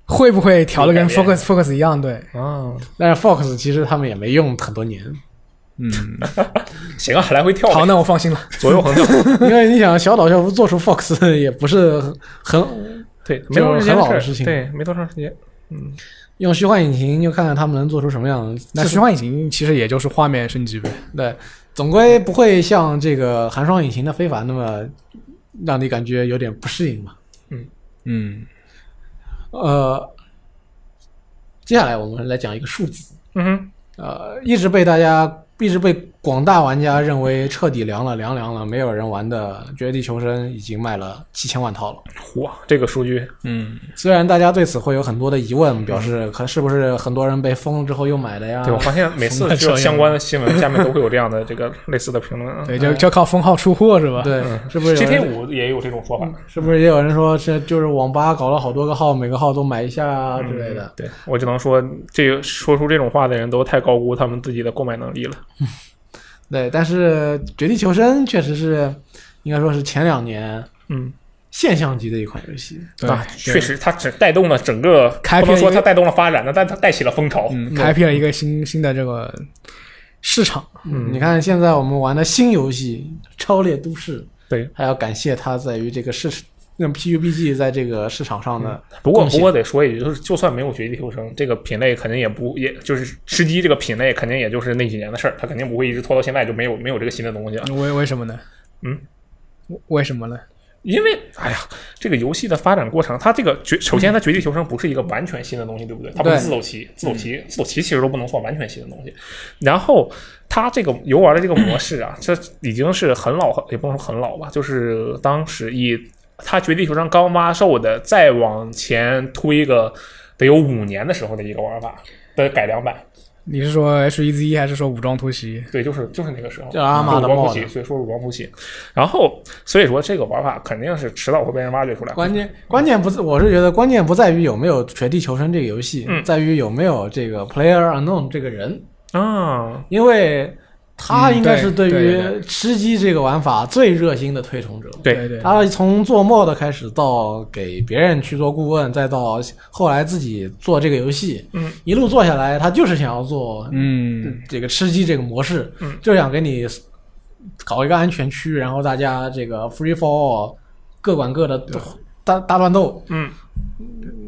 Speaker 2: 会不会调的跟
Speaker 3: 有改变
Speaker 2: Focus Focus 一样？对，
Speaker 3: 啊，
Speaker 1: 但是 Fox 其实他们也没用很多年， (laughs)
Speaker 2: 嗯，
Speaker 3: 行啊，来回跳呗，
Speaker 2: 好，那我放心了。
Speaker 3: 左右横跳，
Speaker 1: 因为你想小岛秀夫做出 Fox (laughs) 也不是很
Speaker 3: 对，没多长时间
Speaker 1: 很老的
Speaker 3: 的
Speaker 1: 事情
Speaker 3: 对，没多长时间，嗯，
Speaker 1: 用虚幻引擎，就看看他们能做出什么样。
Speaker 2: 那
Speaker 1: 就是
Speaker 2: 虚幻引擎其实也就是画面升级呗。
Speaker 1: 对，总归不会像这个寒霜引擎的非凡那么让你感觉有点不适应吧。
Speaker 2: 嗯，
Speaker 1: 呃，接下来我们来讲一个数字，
Speaker 3: 嗯哼，
Speaker 1: 呃，一直被大家一直被广大玩家认为彻底凉了，凉凉了，没有人玩的《绝地求生》已经卖了七千万套了。
Speaker 3: 嚯，这个数据，
Speaker 2: 嗯，
Speaker 1: 虽然大家对此会有很多的疑问，表示可是不是很多人被封了之后又买的呀？
Speaker 3: 对我发现每次就有相关的新闻下面都会有这样的这个类似的评论啊。
Speaker 2: 对，就就靠封号出货是吧？
Speaker 1: 对
Speaker 3: 嗯
Speaker 1: 是不是有人
Speaker 3: ？GT 五也有这种说法嗯
Speaker 1: 是不是也有人说这就是网吧搞了好多个号，每个号都买一下
Speaker 3: 嗯
Speaker 1: 啊之类的？
Speaker 3: 对我只能说，这个说出这种话的人都太高估他们自己的购买能力了。
Speaker 1: 对，但是《绝地求生》确实是应该说是前两年
Speaker 3: 嗯，
Speaker 1: 现象级的一款游戏。嗯
Speaker 2: 对
Speaker 3: 啊，，
Speaker 2: 哎对
Speaker 3: 确。实，它只带动了整个，
Speaker 2: 开
Speaker 3: 不能
Speaker 2: 辟了
Speaker 3: 说
Speaker 2: 一个
Speaker 3: 它带动了发展的，但它带起了风潮。
Speaker 2: 嗯，开辟了一个新新的这个市场。
Speaker 3: 嗯
Speaker 1: 你看现在我们玩的新游戏《超猎都市》，
Speaker 3: 对，
Speaker 1: 还要感谢它在于这个市场，那 PUBG 在这个市场上的，
Speaker 3: 嗯不过
Speaker 1: 贡
Speaker 3: 不
Speaker 1: 献
Speaker 3: 过得说一句，就是就算没有《绝地求生》这个品类，肯定也不也就是吃鸡这个品类，肯定也就是那几年的事儿，它肯定不会一直拖到现在就没有没有这个新的东西了。
Speaker 2: 为为什么呢？
Speaker 3: 嗯
Speaker 2: 为，为什么呢？
Speaker 3: 因为，哎呀，这个游戏的发展过程，它这个绝首先，它《绝地求生》不是一个完全新的东西，对不对？它不
Speaker 1: 嗯
Speaker 3: 是
Speaker 1: 对嗯
Speaker 3: 自走棋，自走棋，自走棋其实都不能算完全新的东西。然后，它这个游玩的这个模式啊，这已经是很老，也不能说很老吧，就是当时以它《绝地求生》刚发售的，再往前推个得有五年的时候的一个玩法的改良版。
Speaker 2: 你是说 H E Z 还是说武装突袭？
Speaker 3: 对，就是就是那个时候，
Speaker 1: 就是阿玛的
Speaker 3: 就王
Speaker 1: 帽
Speaker 3: 不
Speaker 1: 子
Speaker 3: 喜，所以说是王不喜。然后，所以说这个玩法肯定是迟早会被人挖掘出来。
Speaker 1: 关键关键不是，我是觉得关键不在于有没有《绝地求生》这个游戏，
Speaker 3: 嗯
Speaker 1: 在于有没有这个 Player Unknown 这个人。
Speaker 3: 啊，
Speaker 1: 因为他应该是
Speaker 2: 嗯对对
Speaker 1: 于
Speaker 2: 对
Speaker 1: 吃鸡这个玩法最热心的推崇者。
Speaker 3: 对
Speaker 2: 对，
Speaker 1: 他从做 mod 开始，到给别人去做顾问，再到后来自己做这个游戏，
Speaker 3: 嗯，
Speaker 1: 一路做下来，他就是想要做
Speaker 2: 嗯，
Speaker 1: 这个吃鸡这个模式，
Speaker 3: 嗯，
Speaker 1: 就想给你搞一个安全区，然后大家这个 free for all，各管各的大大乱斗。
Speaker 3: 嗯，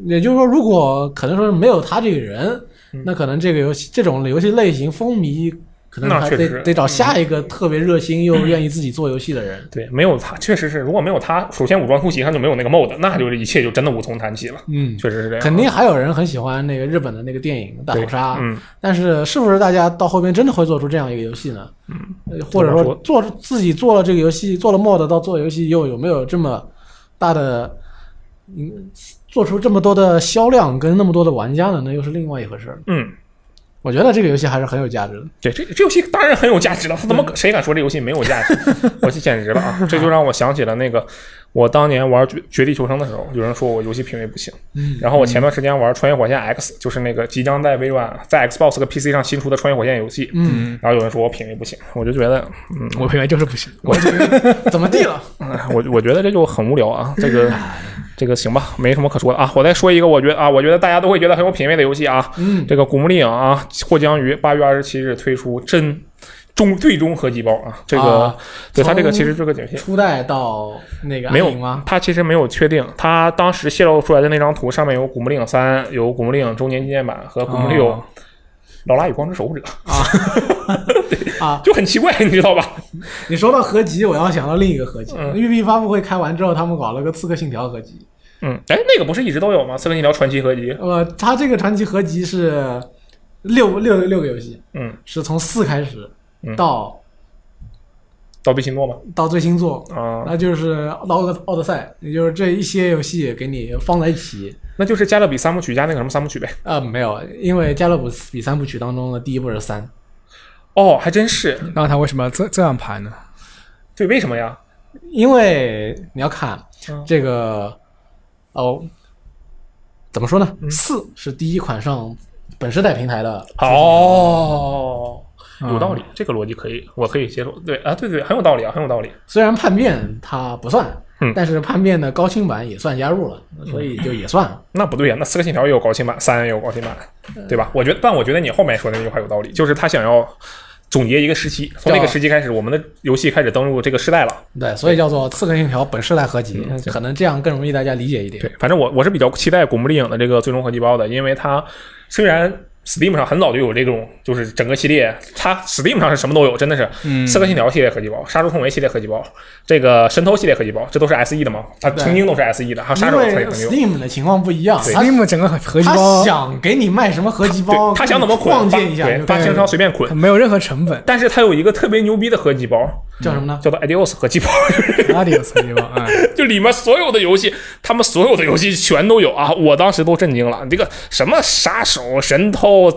Speaker 1: 也就是说，如果可能说是没有他这个人，
Speaker 3: 嗯
Speaker 1: 那可能这个游戏这种游戏类型风靡，可能
Speaker 3: 那
Speaker 1: 还
Speaker 3: 确
Speaker 1: 得
Speaker 3: 实嗯
Speaker 1: 得找下一个特别热心又愿意自己做游戏的人。
Speaker 3: 对，没有他，确实是，如果没有他，首先武装突袭上就没有那个 mod，那就是一切就真的无从谈起了，
Speaker 1: 嗯，
Speaker 3: 确实是这样。
Speaker 1: 肯定还有人很喜欢那个日本的那个电影《大
Speaker 3: 对
Speaker 1: 逃杀》，
Speaker 3: 嗯，
Speaker 1: 但是是不是大家到后边真的会做出这样一个游戏呢？嗯，或者
Speaker 3: 怎么
Speaker 1: 说
Speaker 3: 说
Speaker 1: 做自己做了这个游戏，做了 mod 到做游戏又有没有这么大的，嗯，做出这么多的销量跟那么多的玩家呢？那又是另外一回事儿。
Speaker 3: 嗯，
Speaker 1: 我觉得这个游戏还是很有价值的。
Speaker 3: 对，这这游戏当然很有价值了，他怎么谁敢说这游戏没有价值？我这简直了啊！这就让我想起了那个我当年玩绝《绝地求生》的时候，有人说我游戏品味不行。嗯，然后我前段时间玩《穿越火线 X》，就是那个即将在微软、在 Xbox 和 PC 上新出的《穿越火线》游戏。嗯，然后有人说我品味不行，我就觉得，嗯，
Speaker 2: 我品味就是不行。
Speaker 1: 怎么地了？
Speaker 3: 哎 (laughs) 我我觉得这就很无聊啊，这个
Speaker 1: 哎
Speaker 3: 这个行吧，没什么可说的啊。我再说一个，我觉得啊，我觉得大家都会觉得很有品味的游戏啊，
Speaker 1: 嗯，
Speaker 3: 这个《古墓丽影》啊，或将于八月二十七日推出真终最终合集包啊，这个、
Speaker 1: 啊
Speaker 3: 对它这个
Speaker 1: 从
Speaker 3: 其实这个简介。
Speaker 1: 初代到那个
Speaker 3: 没有
Speaker 1: 暗影吗？
Speaker 3: 它其实没有确定。它当时泄露出来的那张图上面有《古墓丽影三》、有《古墓丽影周年纪念版》和《古墓丽影
Speaker 2: 哦
Speaker 3: 劳拉与光之守护者》
Speaker 1: 啊，
Speaker 3: (laughs) 就很奇怪，你知
Speaker 1: (laughs)
Speaker 3: 道吧？
Speaker 1: 你说到合集，我要想到另一个合集。
Speaker 3: 嗯
Speaker 1: 育碧发布会开完之后，他们搞了个《刺客信条》合集。
Speaker 3: 嗯，哎，那个不是一直都有吗？《刺客信条传奇》合集。
Speaker 1: 呃，它这个传奇合集是六六六个游戏，
Speaker 3: 嗯，
Speaker 1: 是从四开始
Speaker 3: 嗯
Speaker 1: 到
Speaker 3: 刀币星座嘛，
Speaker 1: 到最新作，
Speaker 3: 啊、
Speaker 1: 那就是《奥德奥德赛》，也就是这一些游戏给你放在一起。
Speaker 3: 那就是加勒比三部曲加那个什么三部曲呗。
Speaker 1: 啊、没有，因为《加勒比三部曲》当中的第一部是三，
Speaker 3: 哦，还真是，
Speaker 2: (laughs) 那他为什么要这这样排呢？
Speaker 3: 对，为什么呀？
Speaker 1: 因为你要看
Speaker 3: 嗯
Speaker 1: 这个，哦，怎么说呢？
Speaker 3: 嗯
Speaker 1: 四是第一款上本世代平台的，
Speaker 3: 哦，有道
Speaker 2: 理。
Speaker 3: 理，这个逻辑可以，我可以接受。对啊，对对，很有道理啊，很有道理。
Speaker 1: 虽然叛变它不算，
Speaker 3: 嗯
Speaker 1: 但是叛变的高清版也算加入了，所以就也算了。
Speaker 3: 那不对呀、那四个信条也有高清版，三也有高清版，对吧？我觉得，但我觉得你后面说的那句话有道理，就是他想要总结一个时期，从那个
Speaker 1: 叫
Speaker 3: 时期开始，我们的游戏开始登入这个时代了。
Speaker 1: 对，所以叫做《刺客信条》本世代合集，可能这样更容易大家理解一点。
Speaker 3: 嗯对，反正我我是比较期待《古墓丽影》的这个最终合集包的，因为它虽然 Steam 上很早就有这种，就是整个系列，它 Steam 上是什么都有，真的是
Speaker 2: 嗯
Speaker 3: 《刺客信条》系列合集包、《杀出重围》系列合集包、这个《神偷》系列合集包，这都是 SE 的嘛？它
Speaker 1: 对
Speaker 3: 曾经都是 SE 的，还有《杀
Speaker 1: 因
Speaker 3: 手》也
Speaker 1: 为
Speaker 3: 曾经有。
Speaker 1: Steam 的情况不一样，他
Speaker 2: Steam 整个合集
Speaker 1: 他
Speaker 2: 包，
Speaker 1: 想给你卖什么合集包，
Speaker 3: 对，他想怎么捆，
Speaker 1: 创建一下
Speaker 3: 对，
Speaker 1: 就
Speaker 3: 发
Speaker 1: 可以
Speaker 3: 行商随便捆。
Speaker 2: 它。没有任何成本
Speaker 3: (laughs) 但是它有一个特别牛逼的合集包，
Speaker 1: 叫什么呢？
Speaker 3: 叫做 Adios 合集包，
Speaker 2: 哪里有合集包啊？
Speaker 3: (laughs) 就里面所有的游戏，他们所有的游戏全都有啊！我当时都震惊了，这个什么杀手、神偷、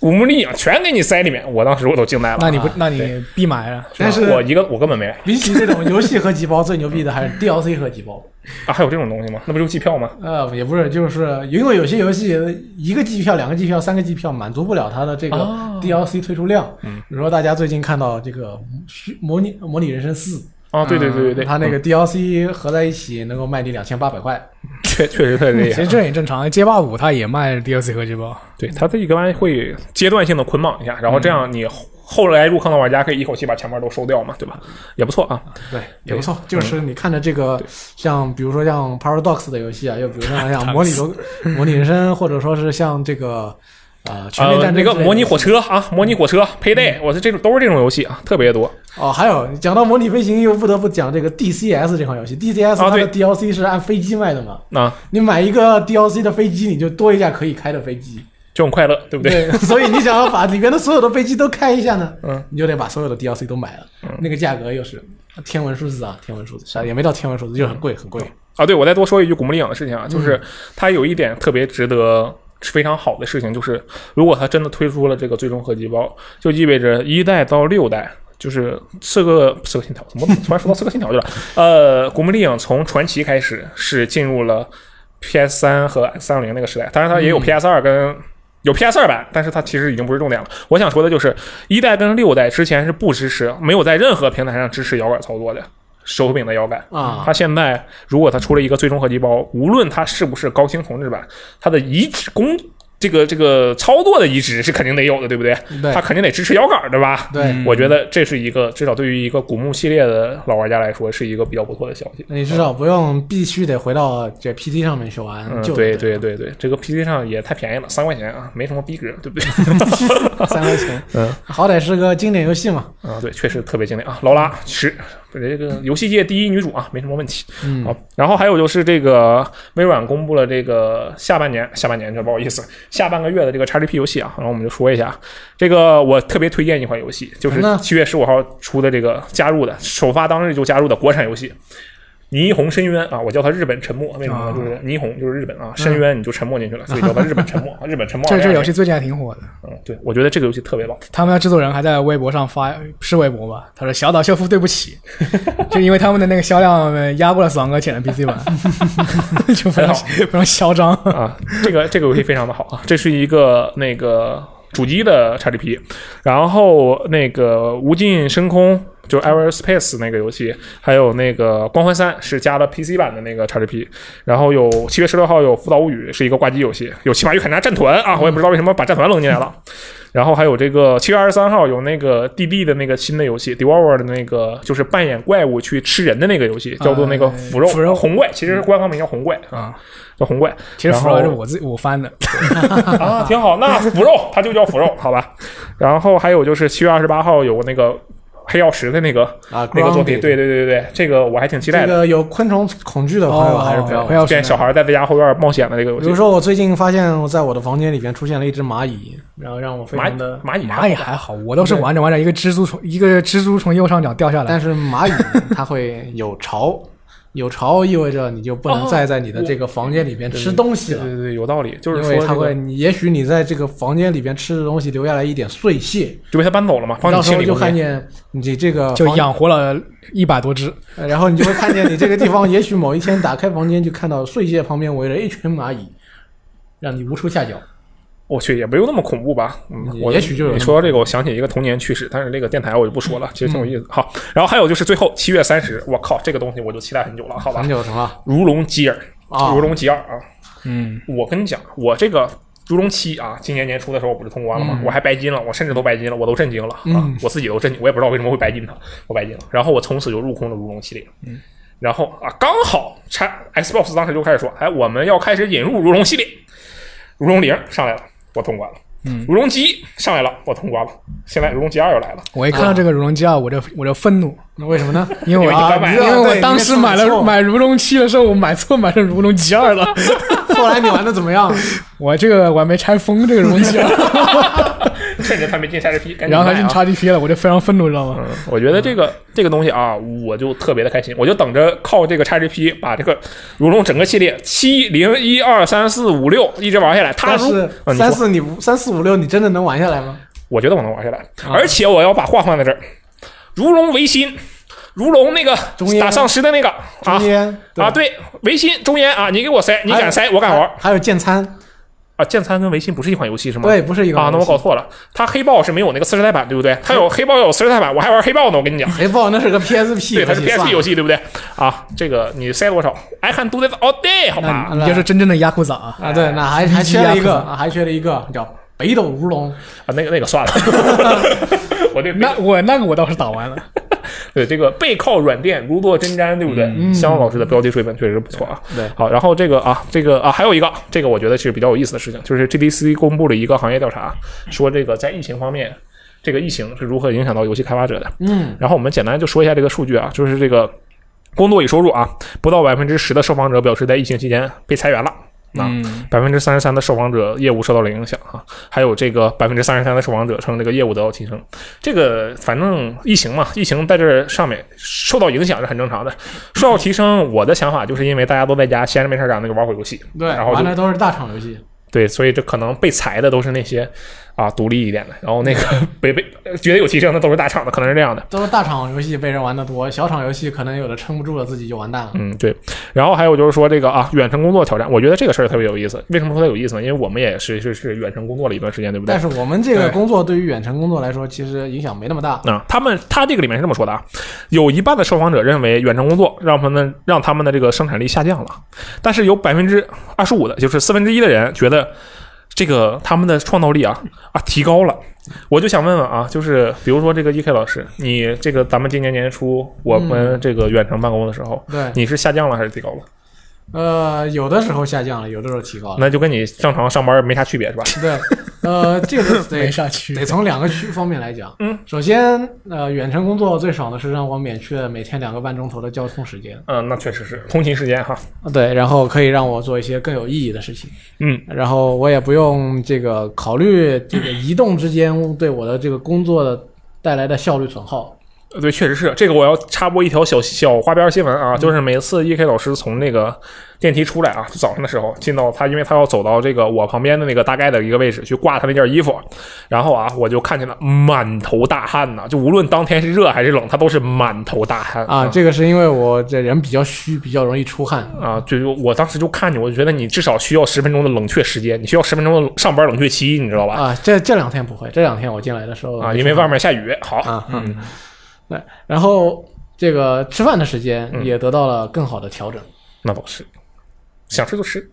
Speaker 3: 古墓丽影全给你塞里面，我当时我都惊呆了。
Speaker 2: 那你不
Speaker 1: 啊，
Speaker 2: 那你必买啊了。
Speaker 1: 但是
Speaker 3: 我一个我根本没买
Speaker 1: 比起这种游戏合集包，最牛逼的还是 DLC 合集包。
Speaker 3: 啊！还有这种东西吗？那不就是机票吗？
Speaker 1: 呃，也不是，就是因为有些游戏一个季票、两个季票、三个季票满足不了它的这个
Speaker 3: 哦嗯
Speaker 1: DLC 推出量。比如说大家最近看到这个虚模拟模拟人生四，
Speaker 3: 啊，对对对对对，
Speaker 1: 它那
Speaker 3: 嗯
Speaker 1: 个 DLC 合在一起能够卖你两千八百块。
Speaker 3: 确确实太厉
Speaker 1: (laughs)
Speaker 3: 害
Speaker 2: 其实
Speaker 3: 了。
Speaker 2: 这也正常，街霸五它也卖 DLC 合集包，
Speaker 3: 对，它这一般会阶段性的捆绑一下，然后这样
Speaker 1: 嗯
Speaker 3: 你后后来入坑的玩家可以一口气把前面都收掉嘛，对吧？也不错啊。
Speaker 1: 对，也不错。就是
Speaker 3: 嗯
Speaker 1: 你看着这个，像比如说像 Paradox 的游戏啊，又比如像
Speaker 3: (laughs)
Speaker 1: 像模拟游、模拟人生，或者说是像这个呃全面
Speaker 3: 呃，
Speaker 1: 战争
Speaker 3: 那个
Speaker 1: 之类的嗯
Speaker 3: 模拟火车啊，模拟火车佩戴，我是这种都是这种游戏啊，特别多。
Speaker 1: 哦，还有讲到模拟飞行，又不得不讲这个 DCS 这款游戏。DCS 它
Speaker 3: 啊对
Speaker 1: 的 DLC 是按飞机卖的嘛？
Speaker 3: 那、
Speaker 1: 你买一个 DLC 的飞机，你就多一架可以开的飞机。
Speaker 3: 就很快乐，对不对？
Speaker 1: (laughs) 所以你想要把里边的所有的飞机都开一下呢，
Speaker 3: 嗯，
Speaker 1: 你就得把所有的 DLC 都买了。那个价格又是天文数字啊，天文数字，是啊也没到天文数字，就是很贵，很贵。
Speaker 3: 啊，对，我再多说一句《古墓丽影》的事情啊，就是它有一点特别值得非常好的事情，就是如果它真的推出了这个最终合集包，就意味着一代到六代。就是刺客刺客信条，怎么突然说到刺客信条去了？呃，古墓丽影从传奇开始是进入了 PS 三和三六零那个时代，当然它也有 PS 二跟有 PS 二版，但是它其实已经不是重点了。我想说的就是一代跟六代之前是不支持，没有在任何平台上支持摇杆操作的手柄的摇杆
Speaker 1: 啊
Speaker 3: 它现在如果它出了一个最终合集包，无论它是不是高清重置版，它的移植工这个这个操作的移植是肯定得有的，对不对？
Speaker 1: 对
Speaker 3: 嗯它肯定得支持摇杆，对吧？
Speaker 1: 对，
Speaker 3: 我觉得这是一个至少对于一个古墓系列的老玩家来说是一个比较不错的消息。
Speaker 1: 那你至少不用必须得回到这 PT 上面去玩，
Speaker 3: 嗯，
Speaker 1: 就
Speaker 3: 对
Speaker 1: 对
Speaker 3: 对对对，这个 PC 上也太便宜了，三块钱啊，没什么逼格，对不对？
Speaker 1: (laughs)
Speaker 3: (laughs)
Speaker 1: 三块钱，
Speaker 3: 嗯，
Speaker 1: 好歹是个经典游戏嘛。
Speaker 3: 啊，
Speaker 2: 嗯
Speaker 3: 对，确实特别经典啊，劳拉是这个游戏界第一女主啊，没什么问题。
Speaker 1: 嗯
Speaker 3: 好，然后还有就是这个微软公布了这个下半年，下半年这不好意思，下半个月的这个 XGP 游戏啊，然后我们就说一下，这个我特别推荐一款游戏，就是
Speaker 1: 什么呢
Speaker 3: 七月十五号出的这个加入的首发当日就加入的国产游戏。霓虹深渊啊，我叫它日本沉默，为什么呢？
Speaker 2: 啊嗯
Speaker 3: 就是霓虹就是日本啊，深渊你就沉没进去了，所以叫它日本沉
Speaker 2: (laughs)
Speaker 3: 默。日本沉默
Speaker 2: 这这
Speaker 3: 2020
Speaker 2: 游戏，最近还挺火的。
Speaker 3: 嗯，对，我觉得这个游戏特别棒。
Speaker 2: 他们的制作人还在微博上发，是微博吧？他说：“小岛秀夫，对不起，就因为他们的那个销量呃压过了《死亡搁浅》的 PC 版， (laughs) 就非常
Speaker 3: 很好
Speaker 2: 非常嚣张。
Speaker 3: (laughs) 啊，这个这个游戏非常的好啊，这是一个那个主机的 XGP，然后那个无尽深空就 Everspace 那个游戏，还有那个光环三是加了 PC 版的那个 XGP，然后有七月十六号有辅导物语是一个挂机游戏，有骑马与砍杀战团啊，我也不知道为什么把战团扔进来了。然后还有这个七月二十三号有那个 DD 的那个新的游戏，Devour 的那个就是扮演怪物去吃人的那个游戏，叫做那个
Speaker 2: 呃
Speaker 3: 哎腐肉
Speaker 2: 腐肉
Speaker 3: 红怪，其实官方名叫红怪啊
Speaker 2: 啊，
Speaker 3: 叫红怪。
Speaker 2: 其实
Speaker 3: 然
Speaker 2: 服
Speaker 3: 后
Speaker 2: 了是我自我翻的，
Speaker 3: 啊，挺好。那腐肉它就叫腐肉，好吧。然后还有就是七月二十八号有那个黑曜石的那个
Speaker 1: 啊，
Speaker 3: 那个作品，
Speaker 1: Grounded
Speaker 3: 对对对对对，这个我还挺期
Speaker 1: 这
Speaker 3: 待的。
Speaker 1: 个有昆虫恐惧的朋友
Speaker 2: 哦
Speaker 1: 还是不要
Speaker 2: 不
Speaker 1: 玩。
Speaker 2: 要
Speaker 3: 变小孩在家后院冒险的这个游
Speaker 1: 比如
Speaker 3: 戏，
Speaker 1: 说，我最近发现我在我的房间里边出现了一只蚂蚁，然后让我非常的，啊
Speaker 3: 蚂蚁啊
Speaker 2: 蚂蚁还好，我都是完整完整一个蜘蛛从一个蜘蛛从右上角掉下来
Speaker 1: 但，是蚂
Speaker 3: (laughs)
Speaker 1: 蚁它会有巢，有巢意味着你就不能
Speaker 3: 哦
Speaker 1: 再在你的这个房间里边吃东西
Speaker 3: 对
Speaker 1: 了，
Speaker 3: 对对，有道理，就是
Speaker 1: 因
Speaker 3: 说
Speaker 1: 为
Speaker 3: 这
Speaker 1: 它
Speaker 3: 个
Speaker 1: 会，你也许你在这个房间里边吃的东西留下来一点碎屑，
Speaker 3: 就被他搬走了嘛，帮你
Speaker 1: 到时
Speaker 3: 清
Speaker 1: 候
Speaker 3: 理
Speaker 1: 就
Speaker 3: 空
Speaker 1: 看
Speaker 3: 间。
Speaker 1: 见你这个
Speaker 2: 就
Speaker 1: 房
Speaker 2: 养活了一百多只。
Speaker 1: 呃然后你就会看见你这个地方，也许某一天打开房间就看到碎屑旁边围着一群蚂蚁，让你无处下脚。
Speaker 3: 我去，也没有那么恐怖吧？嗯，我
Speaker 1: 也许就有
Speaker 3: 你
Speaker 1: 那么
Speaker 3: 说到这个，我想起一个童年趣事，但是这个电台我就不说了，其实挺
Speaker 1: 嗯
Speaker 3: 有意思。好，然后还有就是最后七月三十，我靠，这个东西我就期待很久了，好吧
Speaker 1: 很？久什么
Speaker 3: 如龙基尔，
Speaker 1: 啊
Speaker 3: 如？龙基尔啊，
Speaker 2: 嗯，
Speaker 3: 我跟你讲，我这个《如龙七》啊，今年年初的时候我不是通关了吗？我还白金了，我甚至都白金了，我都震惊了啊！我自己都震惊，我也不知道为什么会白金它，我白金了。然后我从此就入空了《如龙》系列。嗯。然后啊，刚好拆 Xbox 当时就开始说，哎，我们要开始引入《如龙》系列，《如龙零》上来了，我通关了。嗯，如龙七上来了，我通关了。现在如龙七二又来了， (laughs)
Speaker 2: 我一看到这个《如龙机二》，我就我就愤怒，
Speaker 1: 那为什么呢？
Speaker 2: 因为我、
Speaker 3: 啊
Speaker 2: 因
Speaker 3: 你
Speaker 2: 为
Speaker 1: 对
Speaker 2: 我
Speaker 1: 你
Speaker 2: 当
Speaker 1: 那
Speaker 2: 时
Speaker 1: 次
Speaker 2: 买
Speaker 1: 买错
Speaker 2: 了
Speaker 1: 了
Speaker 2: 买《如龙七》的时候，我买错买成《如龙机二》了。
Speaker 1: 后来你玩的怎
Speaker 3: (laughs)
Speaker 1: 么样？
Speaker 2: 我这个我还没拆封这个《如龙机二》，
Speaker 3: 趁着他没进 XGP，赶紧
Speaker 2: 然后他
Speaker 3: 买
Speaker 2: 进
Speaker 3: 啊
Speaker 2: XGP 了，我就非常愤怒，知道吗？
Speaker 3: 嗯，我觉得这个这个东西啊，我就特别的开心，我就等着靠这个 XGP 把这个如龙整个系列七零一二三四五六一直玩下来。它
Speaker 1: 但
Speaker 3: 如
Speaker 1: 是
Speaker 3: 嗯你
Speaker 1: 三
Speaker 3: 说
Speaker 1: 四你不三四五六你真的能玩下来吗？
Speaker 3: 我觉得我能玩下来，而且我要把话放在这儿，如龙维新，如龙那个
Speaker 1: 中间
Speaker 3: 打丧尸的那个
Speaker 1: 中哎
Speaker 3: 啊
Speaker 1: 间
Speaker 3: 啊，对，维新中间啊，你给我塞，你
Speaker 1: 还有
Speaker 3: 敢塞，我敢玩
Speaker 1: 还还有剑参，
Speaker 3: 啊。剑三跟维新不是一款游戏是吗？
Speaker 1: 对，不是一个
Speaker 3: 啊，那我搞
Speaker 1: 搞
Speaker 3: 错了，它黑豹是没有那个次世代版，对不对？
Speaker 1: 嗯
Speaker 3: 它有黑豹有次世代版，我还玩黑豹呢，我跟你讲。
Speaker 1: 黑豹哎那是个 PSP，
Speaker 3: 对，它是
Speaker 1: 游戏
Speaker 3: PSP
Speaker 1: 算了
Speaker 3: 游戏，对不对？啊，这个你塞多少？I can do this all day，好吧？
Speaker 1: 那
Speaker 2: 你就是真正的压库仔啊！
Speaker 1: 啊，对，那还还缺了一
Speaker 2: 一级
Speaker 1: 个，
Speaker 2: 亚克
Speaker 1: 啊还缺了一个叫北斗如龙，
Speaker 3: 啊，那个那
Speaker 1: (laughs)
Speaker 3: 个算了，我对
Speaker 2: 那我那个我倒是打完了，
Speaker 3: 对这个背靠软垫如坐针毡，对不对？香老师的标题水平确实不错啊。
Speaker 1: 嗯对
Speaker 3: 好，然后这个啊，这个啊，还有一个，这个我觉得是比较有意思的事情，就是 GDC 公布了一个行业调查，说这个在疫情方面，这个疫情是如何影响到游戏开发者的。
Speaker 1: 嗯，
Speaker 3: 然后我们简单就说一下这个数据啊，就是这个工作与收入啊，不到百分之十的受访者表示在疫情期间被裁员了。啊，百分之三十三的受访者业务受到了影响啊，还有这个百分之三十三的受访者称这个业务得到提升。这个反正疫情嘛，疫情在这上面受到影响是很正常的，受到提升。我的想法就是因为大家都在家闲着没事儿干，那就玩会儿游戏，
Speaker 1: 对，
Speaker 3: 然后
Speaker 1: 玩
Speaker 3: 就
Speaker 1: 的都是大厂游戏，
Speaker 3: 对，所以这可能被裁的都是那些啊独立一点的，然后那个 (laughs) 被被觉得有提升的都是大厂的，可能是这样的。
Speaker 1: 都是大厂游戏被人玩的多，小厂游戏可能有的撑不住了，自己就完蛋了。
Speaker 3: 嗯，对。然后还有就是说这个啊，远程工作挑战，我觉得这个事儿特别有意思。为什么说它有意思呢？因为我们也是是是远程工作了一段时间，对不对
Speaker 1: 但？是我们这个
Speaker 2: 对
Speaker 1: 工作对于远程工作来说，其实影响没那么大。
Speaker 3: 啊、他们他这个里面是这么说的啊，有一半的受访者认为远程工作让他们让他们的这个生产力下降了，但是有百分之二十五的，就是四分之一的人觉得这个他们的创造力啊啊提高了。我就想问问啊，就是比如说这个 E.K 老师，你这个咱们今年年初我
Speaker 1: 嗯
Speaker 3: 们这个远程办公的时候，
Speaker 1: 对，
Speaker 3: 你是下降了还是提高了？
Speaker 1: 呃，有的时候下降了，有的时候提高了。
Speaker 3: 那就跟你正常上班没啥区别是吧？
Speaker 1: 对，呃，这
Speaker 3: (laughs)
Speaker 1: 个
Speaker 2: 没
Speaker 1: 得
Speaker 2: 下去
Speaker 1: 得。从两个区方面来讲。
Speaker 3: 嗯，
Speaker 1: 首先，呃，远程工作最爽的是让我免去了每天两个半钟头的交通时间，
Speaker 3: 嗯，那确实是通勤时间哈。
Speaker 1: 对，然后可以让我做一些更有意义的事情。
Speaker 3: 嗯，
Speaker 1: 然后我也不用这个考虑这个移动之间对我的这个工作的带来的效率损耗。
Speaker 3: 对，确实是这个。我要插播一条小小花边新闻啊，就是每次 E.K 老师从那个电梯出来啊，早上的时候进到他，因为他要走到这个我旁边的那个大概的一个位置去挂他那件衣服，然后啊，我就看见了满头大汗呐、就无论当天是热还是冷，他都是满头大汗
Speaker 1: 啊，这个是因为我这人比较虚，比较容易出汗。
Speaker 3: 啊，就是我当时就看你，我就觉得你至少需要十分钟的冷却时间，你需要十分钟的上班冷却期，你知道吧？
Speaker 1: 啊，这这两天不会，这两天我进来的时候
Speaker 3: 啊，因为外面下雨。好，
Speaker 1: 啊，
Speaker 3: 嗯，
Speaker 1: 对，然后这个吃饭的时间
Speaker 3: 嗯
Speaker 1: 也得到了更好的调整。
Speaker 3: 那倒是，想吃就吃。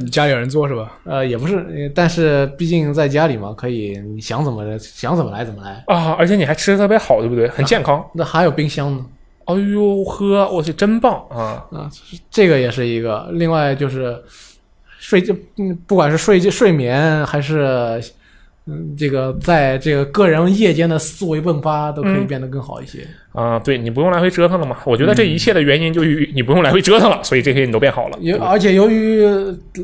Speaker 2: 你家里有人做是吧？
Speaker 1: 呃，也不是，呃但是毕竟在家里嘛，可以你想怎么想怎么来怎么来。
Speaker 3: 啊，而且你还吃的特别好，对不对？很健康。
Speaker 1: 那还有冰箱呢，
Speaker 3: 哎呦呵，我去，真棒啊！
Speaker 1: 啊，这个也是一个。另外就是睡觉，嗯，不管是睡觉睡眠还是嗯，这个在这个个人夜间的思维迸发都可以
Speaker 3: 嗯
Speaker 1: 变得更好一些。
Speaker 3: 啊，对你不用来回折腾了嘛。我觉得这一切的原因就于你不用来回折腾了，所以这些你都变好了。
Speaker 1: 由而且由于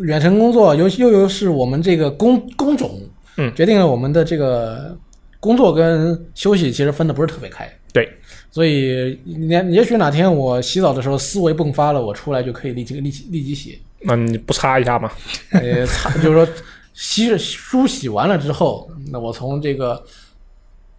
Speaker 1: 远程工作，尤其又又是我们这个工工种，
Speaker 3: 嗯
Speaker 1: 决定了我们的这个工作跟休息其实分的不是特别开。
Speaker 3: 对，
Speaker 1: 所以你也许哪天我洗澡的时候思维迸发了，我出来就可以立即立即立即写，
Speaker 3: 那你不擦一下吗？
Speaker 1: 呃，擦就是说洗梳洗完了之后，那我从这个。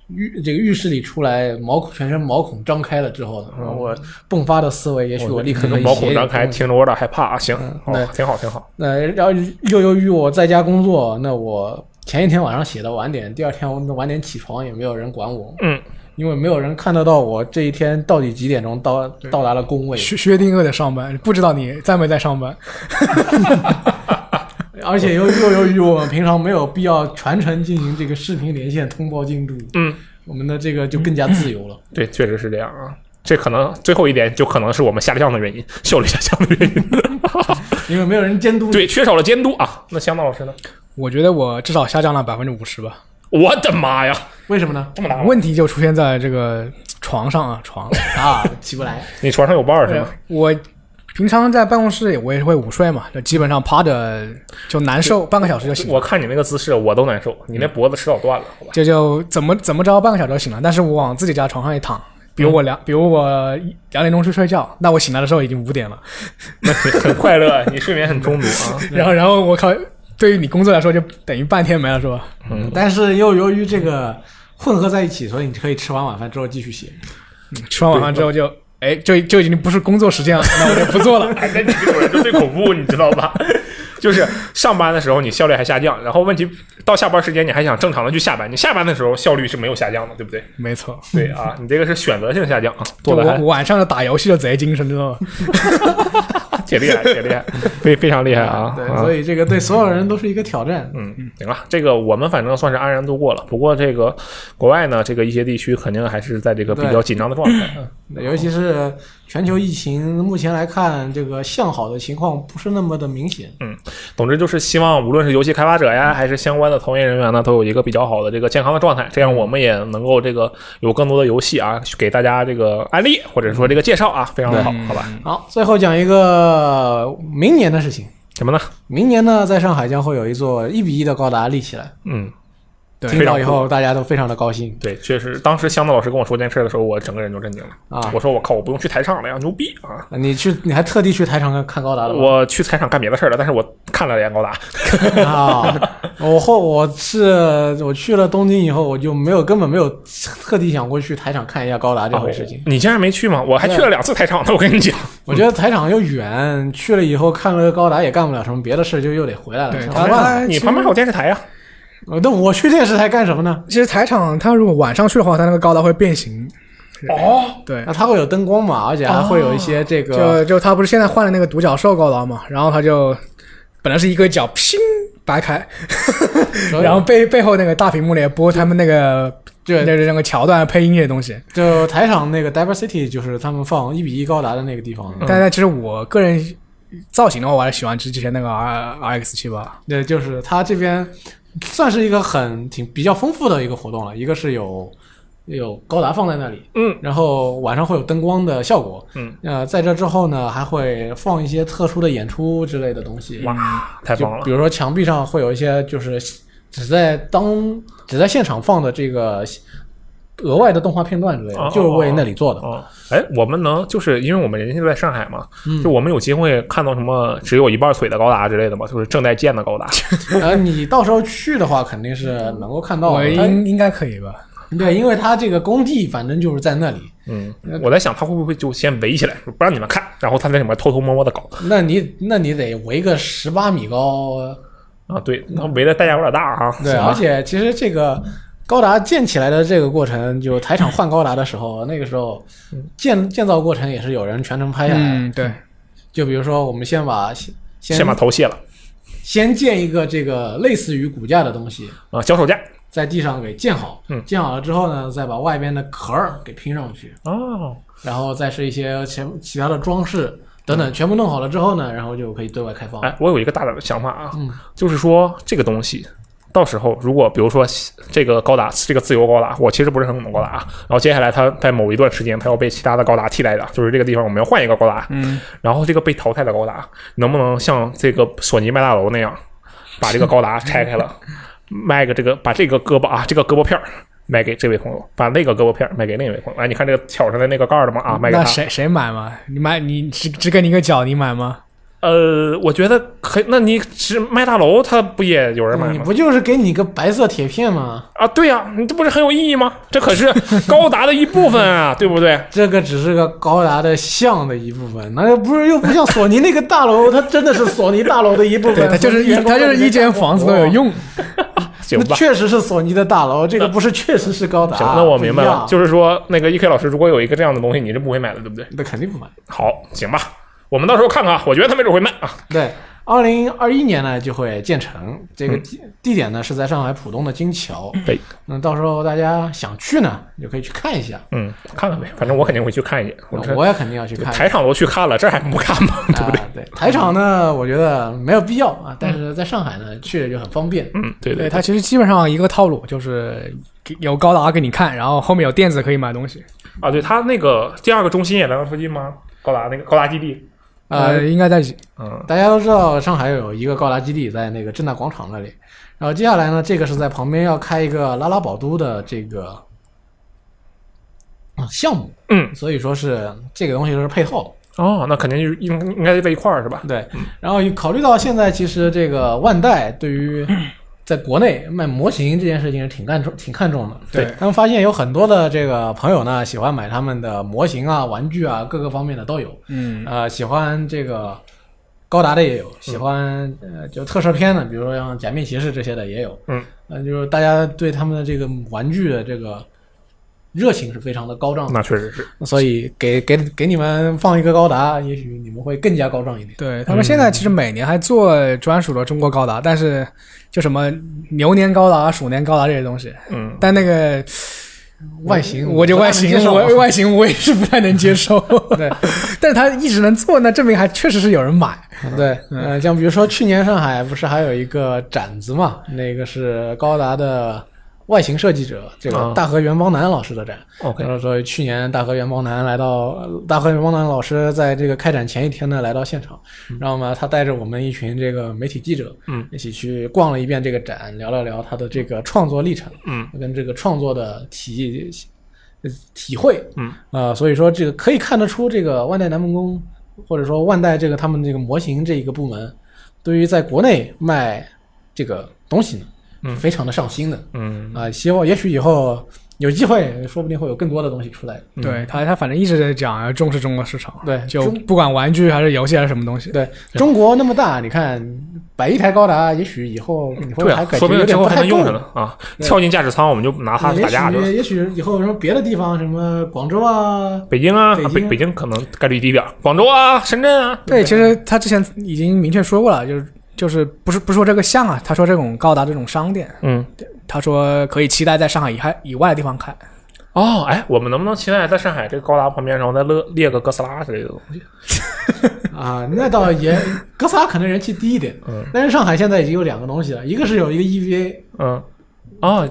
Speaker 1: 浴这个浴室里出来，毛孔全身毛孔张开了之后呢，我迸发的思维，也许我立刻可以
Speaker 3: 嗯毛
Speaker 1: 写
Speaker 3: 孔
Speaker 1: 一
Speaker 3: 张
Speaker 1: 个
Speaker 3: 开，
Speaker 1: 东西
Speaker 3: 听着我有点害怕啊。行
Speaker 1: 嗯，对
Speaker 3: 哦，挺好，挺好。
Speaker 1: 那然后又由于我在家工作，那我前一天晚上写的晚点，第二天我晚点起床也没有人管我，
Speaker 3: 嗯，
Speaker 1: 因为没有人看得到我这一天到底几点钟到到达了工位，
Speaker 2: 薛薛定谔的上班，不知道你在没在上班。
Speaker 1: 而且又又由于我们平常没有必要全程进行这个视频连线通报进度，
Speaker 3: 嗯，
Speaker 1: 我们的这个就更加自由了。
Speaker 3: 对，确实是这样啊。这可能最后一点就可能是我们下降的原因，效率下降的原因。 (laughs)
Speaker 1: 因为没有人监督。
Speaker 3: 对，缺少了监督啊。那香港老师呢？
Speaker 2: 我觉得我至少下降了百分之五十吧。
Speaker 3: 我的妈呀，
Speaker 1: 为什么呢？
Speaker 3: 这么大吗？
Speaker 2: 问题就出现在这个床上啊，床。
Speaker 1: 啊，起不来。
Speaker 3: 你床上有伴儿是吗？
Speaker 2: 我平常在办公室我也是会午睡嘛，就基本上趴着就难受，半个小时就醒了。
Speaker 3: 我看你那个姿势，我都难受。你那脖子迟早断了，好吧？ (laughs)
Speaker 2: 这就怎么怎么着，半个小时就醒了。但是我往自己家床上一躺，比如我两，比如我一两点钟去睡觉，那我醒来的时候已经五点了。
Speaker 3: 那你很快乐，你睡眠很充足啊。
Speaker 2: 然后，然后我靠，对于你工作来说，就等于半天没了，是吧？
Speaker 1: 但是又由于这个混合在一起，所以你可以吃完晚饭之后继续写。
Speaker 2: 嗯吃完晚饭之后就，哎，就就已经不是工作时间了， (laughs) 那我就不做了。
Speaker 3: (laughs) 哎，那你这种人就最恐怖，你知道吧？ (laughs) 就是上班的时候你效率还下降，然后问题到下班时间你还想正常的去下班，你下班的时候效率是没有下降的，对不对？
Speaker 2: 没错，
Speaker 3: 对啊，你这个是选择性下降啊，
Speaker 2: 就
Speaker 3: 做的
Speaker 2: 我
Speaker 3: 还
Speaker 2: 我晚上就打游戏就贼精神，知道吗？
Speaker 3: 挺厉 (laughs) 害，挺厉害，非非常厉害啊！
Speaker 1: 对，
Speaker 3: 啊
Speaker 1: 所以这个对所有人都是一个挑战。
Speaker 3: 嗯，行了，这个我们反正算是安然度过了。不过这个国外呢，这个一些地区肯定还是在这个比较紧张的状态。嗯
Speaker 1: 尤其是全球疫情，目前来看，这个向好的情况不是那么的明显。
Speaker 3: 总之就是希望，无论是游戏开发者
Speaker 1: 嗯
Speaker 3: 呀，还是相关的从业人员呢，都有一个比较好的这个健康的状态，这样我们也能够这个有更多的游戏啊，给大家这个案例或者说这个介绍啊，
Speaker 1: 嗯
Speaker 3: 非常的好，好吧？
Speaker 1: 好，最后讲一个明年的事情。
Speaker 3: 什么呢？
Speaker 1: 明年呢，在上海将会有一座一比一的高达立起来，
Speaker 3: 嗯，
Speaker 2: 对
Speaker 1: 听到以后大家都非常的高兴
Speaker 3: 对，确实，当时香子老师跟我说这件事的时候，我整个人就震惊了。
Speaker 1: 啊
Speaker 3: 我！说我靠，我不用去台场了呀，牛逼啊！
Speaker 1: 你去，你还特地去台场看看高达了吗？
Speaker 3: 我去台场干别的事儿了，但是我看了眼
Speaker 1: (laughs)
Speaker 3: 高达，
Speaker 2: (laughs)
Speaker 1: 啊，我后我是我去了东京以后，我就没有根本没有特地想过去台场看一下高达这回事情。
Speaker 3: 哦
Speaker 2: 哦
Speaker 3: 你竟然没去吗？我还去了两次台场呢，我跟你讲。
Speaker 1: 我觉得台场又远，去了以后看了个高达也干不了什么别的事，就又得回来了。
Speaker 2: 对
Speaker 1: 想
Speaker 2: 台
Speaker 1: 办
Speaker 2: 场
Speaker 1: 法
Speaker 2: 哎
Speaker 3: 你
Speaker 2: 其实
Speaker 3: 旁边还有电视台呀、啊
Speaker 1: 呃那我去电视台干什么呢？
Speaker 2: 其实台场它如果晚上去的话，它那个高达会变形。
Speaker 3: 哦，
Speaker 2: 对哦
Speaker 1: 那，它会有灯光嘛，而且还会有一些这个，
Speaker 2: 就就他不是现在换了那个独角兽高达嘛，然后他就本来是一个脚拼掰开，
Speaker 1: 所以
Speaker 2: (laughs) 然后背背后那个大屏幕里也播他们那个那
Speaker 1: 对，
Speaker 2: 个那个桥段配音这些东西。
Speaker 1: 就台场那个 Diversity 就是他们放一比一高达的那个地方，
Speaker 3: 嗯
Speaker 2: 但但其实我个人造型的话，我还是喜欢之之前那个 R R X 七八。
Speaker 1: 对，就是它这边算是一个很挺比较丰富的一个活动了，一个是有有高达放在那里，
Speaker 3: 嗯，
Speaker 1: 然后晚上会有灯光的效果，
Speaker 3: 嗯，
Speaker 1: 呃，在这之后呢，还会放一些特殊的演出之类的东西，
Speaker 3: 哇，太
Speaker 1: 嗯就
Speaker 3: 棒了
Speaker 1: 比！如说墙壁上会有一些就是只在当只在现场放的这个额外的动画片段之类
Speaker 3: 哦
Speaker 1: 的，就是为那里做的。
Speaker 3: 哦，哎，我们能就是因为我们人现在在上海嘛，
Speaker 1: 嗯
Speaker 3: 就我们有机会看到什么只有一半腿的高达之类的嘛，就是正在建的
Speaker 1: (laughs)
Speaker 3: 高达。
Speaker 1: 呃，你到时候去的话，肯定是能够看
Speaker 3: 哦
Speaker 1: 到
Speaker 3: 哎
Speaker 2: 我
Speaker 1: 的。它
Speaker 2: 应应该可以吧？
Speaker 1: 对，因为它这个工地反正就是在那里，
Speaker 3: 嗯，我在想他会不会就先围起来，不让你们看，然后他在里面偷偷摸摸的搞
Speaker 1: 那你那你得围个十八米高，
Speaker 3: 啊？对，那围的代价有点大啊。
Speaker 1: 对，
Speaker 3: 行吧
Speaker 1: 而且其实这个高达建起来的这个过程，就台场换高达的时候，那个时候建建造过程也是有人全程拍下来。
Speaker 2: 嗯，对，
Speaker 1: 就比如说，我们先把先
Speaker 3: 先把头卸了
Speaker 1: 先建一个这个类似于骨架的东西，
Speaker 3: 啊，脚手架
Speaker 1: 在地上给建好。
Speaker 3: 嗯
Speaker 1: 建好了之后呢，再把外边的壳儿给拼上去，
Speaker 3: 哦，
Speaker 1: 然后再是一些其其他的装饰等
Speaker 3: 嗯
Speaker 1: 等，全部弄好
Speaker 3: 哎
Speaker 1: 了之后呢，然后就可以对外开放。
Speaker 3: 啊哎，我有一个大胆的想法啊，
Speaker 1: 嗯
Speaker 3: 就是说这个东西到时候如果比如说这个高达这个自由高达，我其实不是很懂高达啊，然后接下来它在某一段时间它要被其他的高达替代的，就是这个地方我们要换一个高达，
Speaker 2: 嗯，
Speaker 3: 然后这个被淘汰的高达能不能像这个索尼麦大楼那样，把这个高达拆开
Speaker 2: (laughs)
Speaker 3: 了，卖个这个把这个胳膊啊这个胳膊片儿。卖给这位朋友，把那个胳膊片儿卖给另一位朋友。哎，你看这个挑上的那个盖儿了吗？啊，卖给他。
Speaker 2: 那谁谁买嘛？你买你只只给你一个脚，你买
Speaker 3: (laughs)
Speaker 2: 吗？
Speaker 3: 呃，我觉得可以。那你只卖大楼，它不也有人买
Speaker 1: 你
Speaker 3: 吗？
Speaker 1: 不就是给你个白色铁片吗？
Speaker 3: 啊，对呀、你这不是很有意义吗？这可是高达的一部
Speaker 1: (laughs)
Speaker 3: 分啊，对不对？
Speaker 1: 这个只是个高达的像的一部分，那又不是又不像索尼那个大楼，它真的是索尼大楼的一部
Speaker 2: 对，
Speaker 1: 分。
Speaker 2: 它就是一
Speaker 1: 员工
Speaker 2: 它就是一间房子都
Speaker 3: 哦
Speaker 2: 有。用。
Speaker 3: 行
Speaker 1: 那
Speaker 3: 吧，
Speaker 1: 确实是啊索尼的大楼，这个不是确实是高达。
Speaker 3: 行，那我明白了。
Speaker 1: 就
Speaker 3: 就是说，那个 E K 老师，如果有一个这样的东西，你是不会买的，对不对？
Speaker 1: 那肯定不买。
Speaker 3: 好，行吧，我们到时候看看啊。我觉得他没准会卖啊。
Speaker 1: 对，二零二一年呢就会建成，这个
Speaker 3: 嗯
Speaker 1: 地地点呢是在上海浦东的金桥。
Speaker 3: 对，
Speaker 1: 那到时候大家想去呢，就可以去看一下。
Speaker 3: 嗯，看看呗，反正我肯定会去看一眼。我这
Speaker 1: 啊我也肯定要去看一下。
Speaker 3: 台场都去看了，这还不看吗？对不对？
Speaker 1: 啊对，台场呢，我觉得没有必要啊，但是在上海呢，去了就很方便。
Speaker 3: 嗯，对
Speaker 2: 对，它其实基本上一个套路，就是给有高达给你看，然后后面有垫子可以买东西。
Speaker 3: 啊，对他那个第二个中心也在那附近吗？高达那个高达基地，
Speaker 1: 呃
Speaker 2: 呃，应该在几
Speaker 3: 嗯，
Speaker 1: 大家都知道上海有一个高达基地在那个正大广场那里，然后接下来呢，这个是在旁边要开一个拉拉宝都的这个啊项目，
Speaker 3: 嗯，
Speaker 1: 所以说是这个东西都是配套的，
Speaker 3: 哦，那肯定就是应应该在一块儿是吧？
Speaker 1: 对。然后考虑到现在其实这个万代对于在国内卖模型这件事情是挺看重、挺看重的，
Speaker 3: 对
Speaker 1: 他们发现有很多的这个朋友呢喜欢买他们的模型啊、玩具啊，各个方面的都有。
Speaker 2: 嗯，
Speaker 1: 呃，喜欢这个高达的也
Speaker 3: 嗯
Speaker 1: 有，喜欢呃就特摄片的，比如说像《假面骑士》这些的也有。
Speaker 3: 嗯，
Speaker 1: 呃，就是大家对他们的这个玩具的这个热情是非常的高涨的，
Speaker 3: 那确实是，
Speaker 1: 所以给给给你们放一个高达，也许你们会更加高涨一点。
Speaker 2: 对他们现在
Speaker 3: 嗯
Speaker 2: 其实每年还做专属的中国高达，但是就什么牛年高达、鼠年高达这些东西，
Speaker 3: 嗯，
Speaker 2: 但那个
Speaker 1: 外形
Speaker 2: 我就外形
Speaker 1: 不太能接受 (laughs)
Speaker 2: 我外形我也是不太能接受，
Speaker 1: 对
Speaker 2: (laughs) 但是他一直能做，那证明还确实是有人买。
Speaker 1: 对，呃，像比如说去年上海不是还有一个展子嘛，那个是高达的外形设计者，这个
Speaker 3: 啊
Speaker 1: 大和元邦男老师的展。
Speaker 3: OK
Speaker 1: 然后说去年大河元邦男来到，大河元邦男老师在这个开展前一天呢来到现场，然后嘛，他带着我们一群这个媒体记者，
Speaker 3: 嗯，
Speaker 1: 一起去逛了一遍这个展，聊了聊他的这个创作历程，
Speaker 3: 嗯，
Speaker 1: 跟这个创作的体呃体会，
Speaker 3: 嗯，
Speaker 1: 呃，所以说这个可以看得出，这个万代南梦宫或者说万代这个他们这个模型这一个部门，对于在国内卖这个东西呢，
Speaker 3: 嗯
Speaker 1: 非常的上心的，
Speaker 3: 嗯，
Speaker 1: 啊、希望也许以后有机会，说不定会有更多的东西出来。
Speaker 3: 嗯
Speaker 2: 对他，他反正一直在讲要重视中国市场，啊
Speaker 1: 对
Speaker 2: 就
Speaker 1: 中
Speaker 2: 不管玩具还是游戏还是什么东西，
Speaker 1: 对，中国那么大，你看摆一台高达，也许以后你会
Speaker 3: 对
Speaker 1: 还
Speaker 3: 啊，
Speaker 1: 感
Speaker 3: 说
Speaker 1: 觉
Speaker 3: 不
Speaker 1: 有
Speaker 3: 定之
Speaker 1: 点
Speaker 3: 后
Speaker 1: 不
Speaker 3: 还
Speaker 1: 太
Speaker 3: 能用
Speaker 1: 够
Speaker 3: 着。呢啊！跳进驾驶舱，我们就拿它打架去
Speaker 1: 也
Speaker 3: 了。
Speaker 1: 许也许以后什么别的地方，什么广州啊，
Speaker 3: 北京啊，
Speaker 1: 北
Speaker 3: 啊
Speaker 1: 京
Speaker 3: 北北京可能概率低点儿，广州啊，深圳啊，
Speaker 2: 对，其实他之前已经明确说过了，就是就是不是不说这个像啊，他说这种高达这种商店，
Speaker 3: 嗯，
Speaker 2: 他说可以期待在上海以外以外的地方开。
Speaker 3: 哦，哎，我们能不能期待在上海这个高达旁边，然后再列列个哥斯拉之类的东西？
Speaker 1: 啊，那倒也，哥斯拉可能人气低一点。
Speaker 3: 嗯
Speaker 1: 但是上海现在已经有两个东西了，一个是有一个 E EVA，
Speaker 3: 嗯，啊，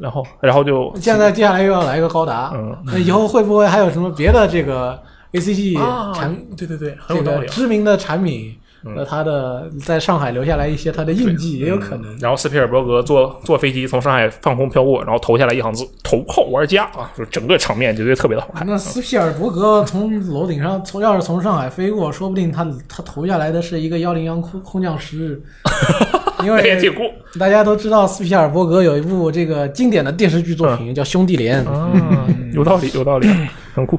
Speaker 3: 然后然后就
Speaker 1: 现在接下来又要来一个高达，
Speaker 3: 嗯
Speaker 1: 那以后会不会还有什么别的这个 ACG
Speaker 3: 啊
Speaker 1: 产、，
Speaker 3: 对对对，
Speaker 1: 这
Speaker 3: 很有道
Speaker 1: 个
Speaker 3: 理啊。
Speaker 1: 知名的产品
Speaker 3: 嗯
Speaker 1: 和它的在上海留下来一些它的印记，也有可能。
Speaker 3: 然后斯皮尔伯格坐坐飞机从上海放空飘过，然后投下来一行字“头号玩家”啊，就是整个场面绝对特别的好看。
Speaker 1: 那斯皮尔伯格从楼顶上，从要是从上海飞过，说不定他他投下来的是一个幺零幺空空降师， (laughs) 因 (laughs)
Speaker 3: (laughs) 那也挺
Speaker 1: 为
Speaker 3: 酷
Speaker 1: 大家都知道斯皮尔伯格有一部这个经典的电视剧作品叫《兄弟连》。
Speaker 3: 啊，有道理，有道理，很酷。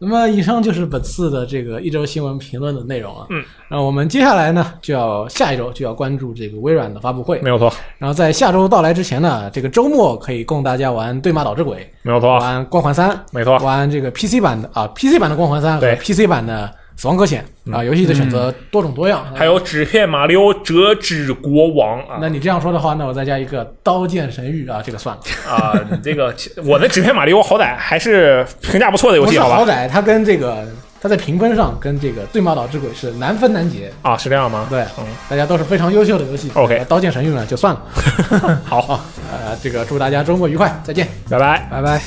Speaker 1: 那么以上就是本次的这个一周新闻评论的内容了。啊
Speaker 3: 嗯，
Speaker 1: 那我们接下来呢，就要下一周就要关注这个微软的发布会
Speaker 3: 没。有错，
Speaker 1: 然后在下周到来之前呢，这个周末可以供大家玩《对马岛之鬼》。
Speaker 3: 没有错，啊
Speaker 1: 玩《光环三》，
Speaker 3: 没错啊
Speaker 1: 玩这个 PC 版的啊，PC 版的《光环三》和
Speaker 3: 对嗯
Speaker 1: PC 版的《死亡搁浅》啊，游戏的选择多种多样。
Speaker 3: 还有纸片马里奥折纸国王啊
Speaker 1: 那你这样说的话，那我再加一个《刀剑神域》啊，这个算了，
Speaker 3: 啊！你这个 (laughs) 我的纸片马里奥好歹还是评价不错的游
Speaker 1: 不
Speaker 3: 戏，
Speaker 1: 是
Speaker 3: 好
Speaker 1: 好
Speaker 3: 吧？
Speaker 1: 歹它跟这个它在评分上跟这个《对马岛之鬼》是难分难解。
Speaker 3: 啊，是这样吗？
Speaker 1: 对，
Speaker 3: 嗯，
Speaker 1: 大家都是非常优秀的游戏。
Speaker 3: OK
Speaker 1: 呃刀
Speaker 3: (laughs)
Speaker 1: 剑神域呢就算了。
Speaker 3: 好，
Speaker 1: 呃，这个祝大家周末愉快，再见。
Speaker 3: 拜拜。
Speaker 2: 拜拜。